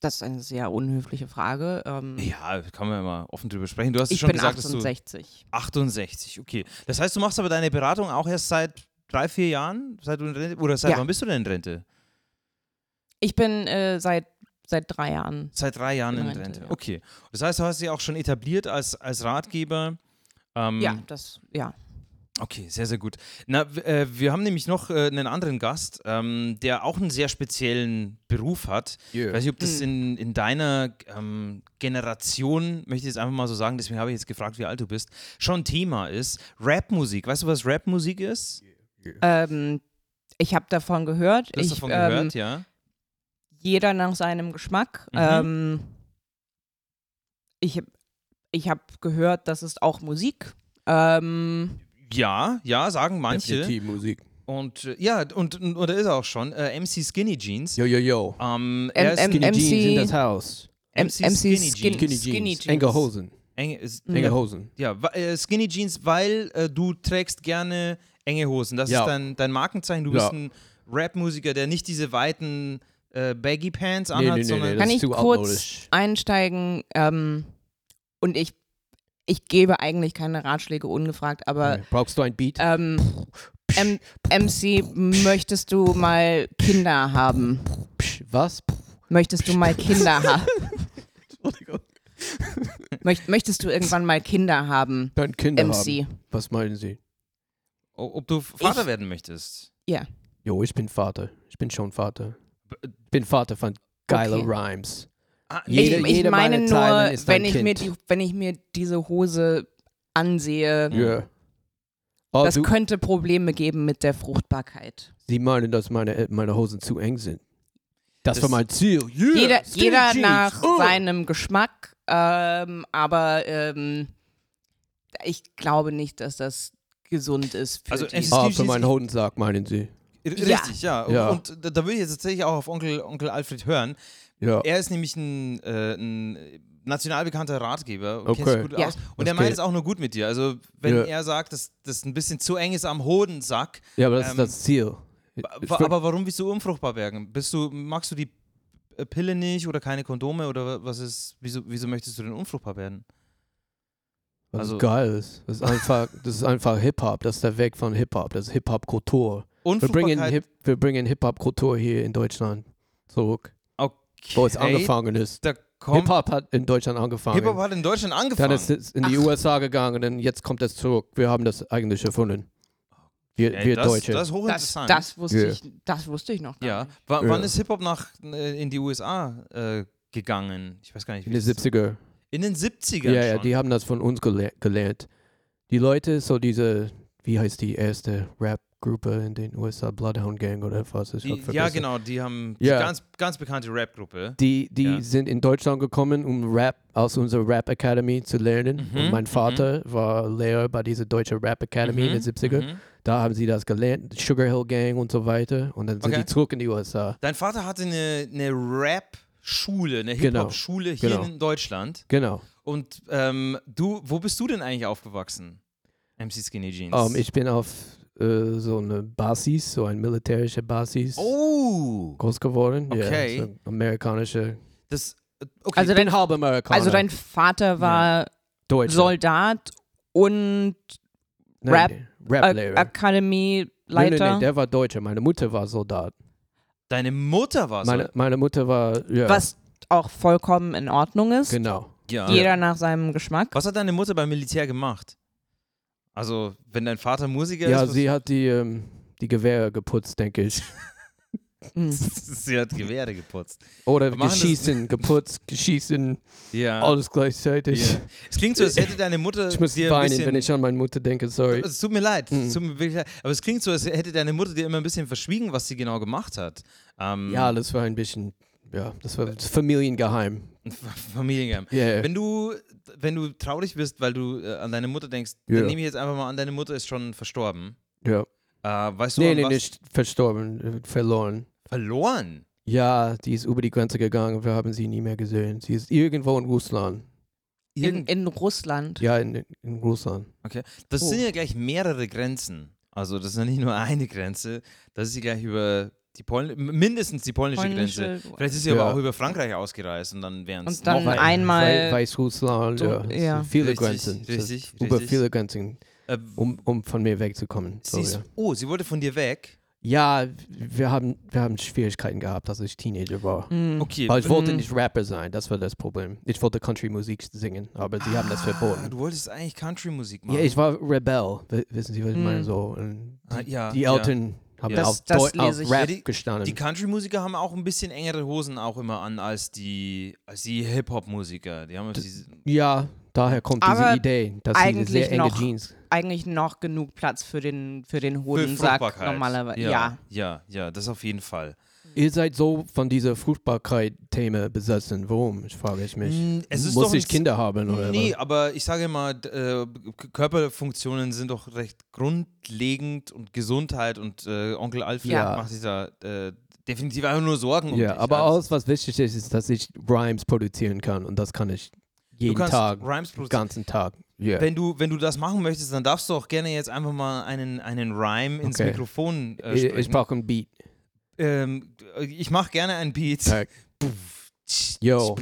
Speaker 3: das ist eine sehr unhöfliche Frage. Ähm,
Speaker 1: Ja, kann man ja mal offen drüber sprechen. Du hast es
Speaker 3: ich
Speaker 1: schon
Speaker 3: bin
Speaker 1: gesagt, dass du.
Speaker 3: 68.
Speaker 1: 68, okay. Das heißt, du machst aber deine Beratung auch erst seit drei, vier Jahren? Seit du in Rente, oder seit
Speaker 3: Ja.
Speaker 1: wann bist du denn in Rente?
Speaker 3: Ich bin äh, seit, seit drei Jahren.
Speaker 1: Seit drei Jahren in
Speaker 3: In
Speaker 1: Rente.
Speaker 3: Rente, ja.
Speaker 1: Okay. Das heißt, du hast dich auch schon etabliert als, als Ratgeber. Ähm,
Speaker 3: Ja, das, ja.
Speaker 1: Okay, sehr, sehr gut. Na, w- äh, wir haben nämlich noch äh, einen anderen Gast, ähm, der auch einen sehr speziellen Beruf hat. Ich weiß nicht, ob das
Speaker 3: Hm.
Speaker 1: in, in deiner ähm, Generation, möchte ich jetzt einfach mal so sagen, deswegen habe ich jetzt gefragt, wie alt du bist, schon Thema ist. Rapmusik. Weißt du, was Rapmusik ist?
Speaker 3: Ähm, ich habe davon gehört.
Speaker 1: Du hast
Speaker 3: ich,
Speaker 1: davon
Speaker 3: ähm,
Speaker 1: gehört, ja.
Speaker 3: Jeder nach seinem Geschmack.
Speaker 1: Mhm.
Speaker 3: Ähm, ich hab- ich habe gehört, das ist auch Musik. Ähm,
Speaker 1: Ja, ja, sagen manche.
Speaker 2: Musik.
Speaker 1: Und äh, ja, und, und, und er ist auch schon. Äh, MC Skinny Jeans.
Speaker 2: Yo, yo, yo.
Speaker 3: M-
Speaker 1: Ähm, er ist
Speaker 3: M-
Speaker 2: Skinny
Speaker 3: MC
Speaker 2: Jeans in das Haus.
Speaker 3: M-
Speaker 1: MC
Speaker 3: MC
Speaker 1: Skinny
Speaker 3: Skin-
Speaker 1: Jeans.
Speaker 2: Skinny Jeans.
Speaker 3: Skinny Jeans.
Speaker 2: Enge Hosen.
Speaker 1: Enge, ist,
Speaker 3: Mhm.
Speaker 2: Enge
Speaker 1: enge,
Speaker 2: Hosen.
Speaker 1: ja, wa- äh, Skinny Jeans, weil äh, du trägst gerne enge Hosen. Das
Speaker 2: Ja.
Speaker 1: ist dein, dein Markenzeichen. Du
Speaker 2: Ja.
Speaker 1: bist ein Rap-Musiker, der nicht diese weiten äh, Baggy Pants
Speaker 2: nee,
Speaker 1: anhat,
Speaker 2: nee, nee,
Speaker 1: sondern
Speaker 2: das
Speaker 3: Kann
Speaker 2: ist
Speaker 3: ich
Speaker 2: zu
Speaker 3: kurz-
Speaker 2: altmodisch.
Speaker 3: einsteigen ähm, und ich, ich gebe eigentlich keine Ratschläge ungefragt, aber
Speaker 2: Okay. Brauchst du ein Beat?
Speaker 3: ähm, M MC, möchtest du mal Kinder haben?
Speaker 2: Psch, was?
Speaker 3: Möchtest du mal Kinder haben?
Speaker 2: Entschuldigung.
Speaker 3: Möcht, möchtest du irgendwann mal Kinder haben?
Speaker 2: Dann Kinder
Speaker 3: MC.
Speaker 2: haben. Was meinen Sie?
Speaker 1: o- ob du Vater werden möchtest.
Speaker 2: Jo, ich bin Vater. Ich bin schon Vater.
Speaker 1: B-
Speaker 2: Ich bin Vater von geiler
Speaker 3: Okay.
Speaker 2: Rhymes.
Speaker 1: Ah,
Speaker 3: Ich,
Speaker 2: Jede-
Speaker 3: ich
Speaker 2: jede
Speaker 3: meine
Speaker 2: meiner
Speaker 3: nur,
Speaker 2: Zeilen ist ein
Speaker 3: wenn ich, mir die,
Speaker 2: Kind.
Speaker 3: wenn ich mir diese Hose ansehe,
Speaker 1: Ja.
Speaker 2: Ja. Oh,
Speaker 3: Mhm. das
Speaker 2: du,
Speaker 3: könnte Probleme geben mit der Fruchtbarkeit.
Speaker 2: Sie meinen, dass meine, äh, meine Hosen zu eng sind. Das,
Speaker 1: Das-
Speaker 2: war mein Ziel. Yeah,
Speaker 3: jeder,
Speaker 2: Skinny
Speaker 3: jeder
Speaker 2: Jeans.
Speaker 3: nach
Speaker 2: Oh.
Speaker 3: seinem Geschmack, ähm, aber ähm, ich glaube nicht, dass das gesund ist für
Speaker 1: Also
Speaker 3: die.
Speaker 1: es ist-
Speaker 2: Ah,
Speaker 1: Skinny
Speaker 2: für
Speaker 1: Jeans-
Speaker 2: meinen Hodensack, meinen Sie.
Speaker 1: R-
Speaker 3: Ja.
Speaker 1: Richtig, ja.
Speaker 2: Ja.
Speaker 1: Und da- da würde ich jetzt tatsächlich auch auf Onkel, Onkel Alfred hören.
Speaker 2: Ja.
Speaker 1: Er ist nämlich ein, äh, ein national bekannter Ratgeber. Kennst
Speaker 2: Okay.
Speaker 1: du gut
Speaker 3: Ja.
Speaker 1: aus. Und er
Speaker 2: Das
Speaker 1: meint
Speaker 2: geht.
Speaker 1: es auch nur gut mit dir. Also, wenn
Speaker 2: Ja.
Speaker 1: er sagt, dass das ein bisschen zu eng ist am Hodensack,
Speaker 2: ja, aber das
Speaker 1: ähm,
Speaker 2: ist das Ziel. Ich
Speaker 1: Wa-
Speaker 2: würd-
Speaker 1: aber warum willst du unfruchtbar werden? Bist du, magst du die äh, Pille nicht oder keine Kondome oder wa- was ist, wieso, wieso möchtest du denn unfruchtbar werden?
Speaker 2: was
Speaker 1: also-
Speaker 2: ist geil ist. Das ist einfach, das ist einfach Hip-Hop. Das ist der Weg von Hip-Hop. Das ist Hip-Hop-Kultur. Wir bringen,
Speaker 1: Unfruchtbarkeit.
Speaker 2: Hip, wir bringen Hip-Hop-Kultur hier in Deutschland zurück.
Speaker 1: okay,
Speaker 2: Wo es angefangen Oh, ist.
Speaker 1: Da kommt
Speaker 2: Hip-Hop hat in Deutschland angefangen.
Speaker 1: Hip-Hop hat in Deutschland angefangen.
Speaker 2: Dann ist es in die USA gegangen und jetzt kommt es zurück. Wir haben das eigentlich erfunden. Wir,
Speaker 1: Ey,
Speaker 2: wir
Speaker 1: das,
Speaker 2: Deutsche.
Speaker 1: Das ist
Speaker 3: das,
Speaker 1: hochinteressant.
Speaker 3: das, wusste
Speaker 2: Ja.
Speaker 3: ich, das wusste ich noch gar
Speaker 1: ja.
Speaker 3: nicht.
Speaker 1: Wa-
Speaker 2: Ja.
Speaker 1: Wann ist Hip-Hop nach äh, in die USA äh, gegangen? Ich weiß gar nicht.
Speaker 2: in
Speaker 1: wie
Speaker 2: den
Speaker 1: das-
Speaker 2: 70er.
Speaker 1: In den 70ern
Speaker 2: Ja, ja,
Speaker 1: schon.
Speaker 2: die haben das von uns gele gelernt. Die Leute, so diese, wie heißt die erste Rap-Gruppe in den USA, Bloodhound Gang oder was? Ich hab
Speaker 1: die, ja,
Speaker 2: vergessen.
Speaker 1: genau, die haben
Speaker 2: Ja.
Speaker 1: die ganz, ganz bekannte Rap-Gruppe.
Speaker 2: Die, die
Speaker 1: Ja.
Speaker 2: sind in Deutschland gekommen, um Rap aus unserer Rap Academy zu lernen.
Speaker 1: Mhm,
Speaker 2: Und mein
Speaker 1: mhm.
Speaker 2: Vater war Lehrer bei dieser deutschen Rap Academy in den 70er.
Speaker 1: mhm.
Speaker 2: Da haben sie das gelernt, Sugar Hill Gang und so weiter. Und dann sind
Speaker 1: Okay.
Speaker 2: die zurück in die USA.
Speaker 1: Dein Vater hatte eine, eine Rap-Schule, eine
Speaker 2: Genau,
Speaker 1: Hip-Hop-Schule hier
Speaker 2: genau.
Speaker 1: in Deutschland.
Speaker 2: Genau.
Speaker 1: Und ähm, du, wo bist du denn eigentlich aufgewachsen? MC Skinny Jeans.
Speaker 2: Ähm, ich bin auf äh, so eine Basis, so eine militärische Basis
Speaker 1: oh!
Speaker 2: groß geworden.
Speaker 1: Okay.
Speaker 2: Ja, so amerikanische.
Speaker 1: Das, äh, okay.
Speaker 3: Also
Speaker 2: Ich
Speaker 3: dein,
Speaker 2: bin halb Amerikaner.
Speaker 3: also dein Vater war
Speaker 2: Deutscher.
Speaker 3: Soldat und
Speaker 2: Nein,
Speaker 3: Ak
Speaker 2: Rap-Lehrer. Nein, nein,
Speaker 3: Akademieleiter.
Speaker 2: nein, der war Deutscher. Meine Mutter war Soldat.
Speaker 1: Deine Mutter war
Speaker 2: Meine,
Speaker 1: so.
Speaker 2: meine Mutter war. Ja,
Speaker 3: was auch vollkommen in Ordnung ist.
Speaker 2: Genau.
Speaker 1: Ja.
Speaker 3: Jeder nach seinem Geschmack.
Speaker 1: Was hat deine Mutter beim Militär gemacht? Also, wenn dein Vater Musiker
Speaker 2: Ja,
Speaker 1: ist, was-
Speaker 2: sie hat die, ähm, die Gewehre geputzt, denke ich.
Speaker 3: Hm.
Speaker 1: Mhm. sie hat Gewehre geputzt.
Speaker 2: Oder
Speaker 1: Wir machen das-
Speaker 2: geschießen, geputzt, geschießen,
Speaker 1: Ja.
Speaker 2: alles gleichzeitig.
Speaker 1: Ja. Es klingt so, als hätte deine Mutter
Speaker 2: Also- Ich muss
Speaker 1: dir ein
Speaker 2: weinen,
Speaker 1: bisschen,
Speaker 2: wenn ich an meine Mutter denke, sorry.
Speaker 1: Es tut mir leid,
Speaker 2: Mhm.
Speaker 1: es tut mir wirklich leid. Aber es klingt so, als hätte deine Mutter dir immer ein bisschen verschwiegen, was sie genau gemacht hat. Ähm,
Speaker 2: Ja, das war ein bisschen, ja, das
Speaker 1: Äh.
Speaker 2: war das Familiengeheim.
Speaker 1: Familiengeheim.
Speaker 2: Ja, ja.
Speaker 1: Wenn du, wenn du traurig bist, weil du äh, an deine Mutter denkst,
Speaker 2: Ja.
Speaker 1: dann nehme ich jetzt einfach mal an, deine Mutter ist schon verstorben.
Speaker 2: ja.
Speaker 1: Äh, weißt du,
Speaker 2: Nee,
Speaker 1: an
Speaker 2: nee,
Speaker 1: was?
Speaker 2: nicht verstorben, äh, verloren.
Speaker 1: Verloren.
Speaker 2: Ja, die ist über die Grenze gegangen und wir haben sie nie mehr gesehen. Sie ist irgendwo in Russland.
Speaker 3: In, in Russland.
Speaker 2: Ja, in, in Russland.
Speaker 1: Okay. Das
Speaker 3: Oh.
Speaker 1: sind ja gleich mehrere Grenzen. Also das ist ja nicht nur eine Grenze. Das ist ja gleich über die Pol mindestens die polnische, Grenze.
Speaker 3: Polnische-
Speaker 1: Vielleicht ist sie
Speaker 2: Ja.
Speaker 1: aber auch über Frankreich ausgereist und dann wären es
Speaker 3: Und dann
Speaker 1: noch mehr.
Speaker 3: einmal-
Speaker 2: Wei- Weißrussland,
Speaker 3: So,
Speaker 2: ja. es
Speaker 3: ja.
Speaker 2: sind Viele
Speaker 1: Richtig,
Speaker 2: Grenzen. Es ist
Speaker 1: richtig,
Speaker 2: Über
Speaker 1: richtig.
Speaker 2: viele Grenzen,
Speaker 1: Äh,
Speaker 2: um, um von mir wegzukommen. So,
Speaker 1: sie ist,
Speaker 2: ja.
Speaker 1: Oh, sie wurde von dir weg.
Speaker 2: ja, wir haben, wir haben Schwierigkeiten gehabt, als ich Teenager war.
Speaker 3: Hm.
Speaker 1: Okay. ähm,
Speaker 2: Aber ich wollte
Speaker 3: Mhm.
Speaker 2: nicht Rapper sein, das war das Problem. Ich wollte Country-Musik singen, aber sie haben das
Speaker 1: Ah,
Speaker 2: verboten.
Speaker 1: du wolltest eigentlich Country-Musik machen.
Speaker 2: Ja, ich war Rebell, w- wissen Sie, was ich
Speaker 3: Mhm.
Speaker 2: meine? So, und
Speaker 1: Ah, ja,
Speaker 2: die
Speaker 1: ja.
Speaker 2: Eltern haben
Speaker 1: Das-
Speaker 2: auf,
Speaker 3: das
Speaker 2: Deu- auf
Speaker 3: lese ich.
Speaker 1: Ja,
Speaker 2: Rap
Speaker 1: die-
Speaker 2: gestanden.
Speaker 1: Die Country-Musiker haben auch ein bisschen engere Hosen auch immer an als die, als die Hip-Hop-Musiker. Die haben immer diese,
Speaker 2: ja, daher kommt
Speaker 3: Aber
Speaker 2: diese Idee, dass sie
Speaker 3: eigentlich
Speaker 2: sehr enge
Speaker 3: noch.
Speaker 2: Jeans.
Speaker 3: Eigentlich noch genug Platz für den, für den
Speaker 1: für
Speaker 3: Hodensack
Speaker 1: Fruchtbarkeit.
Speaker 3: normalerweise. Ja.
Speaker 1: Ja, ja, ja, das auf jeden Fall.
Speaker 2: Ihr seid so von dieser Fruchtbarkeit-Thema besessen. Warum, ich frage ich mich.
Speaker 1: Hm, Es ist
Speaker 2: Muss
Speaker 1: doch
Speaker 2: ich
Speaker 1: ein-
Speaker 2: Kinder haben oder
Speaker 1: Nee,
Speaker 2: was?
Speaker 1: aber ich sage immer, d- äh, K- Körperfunktionen sind doch recht grundlegend und Gesundheit und äh, Onkel Alfred
Speaker 2: Ja.
Speaker 1: macht sich da äh, definitiv einfach nur Sorgen um
Speaker 2: Ja,
Speaker 1: dich.
Speaker 2: aber
Speaker 1: Also,
Speaker 2: alles, was wichtig ist, ist, dass ich Rhymes produzieren kann und das kann ich jeden
Speaker 1: kannst
Speaker 2: Tag,
Speaker 1: Rhymes
Speaker 2: den
Speaker 1: produzieren.
Speaker 2: ganzen Tag. Ja.
Speaker 1: Wenn du, wenn du das machen möchtest, dann darfst du auch gerne jetzt einfach mal einen, einen Rhyme ins
Speaker 2: Okay.
Speaker 1: Mikrofon äh,
Speaker 2: Ich,
Speaker 1: sprechen.
Speaker 2: ich brauche einen Beat.
Speaker 1: ähm, ich mache gerne einen Beat.
Speaker 2: Äh, Yo,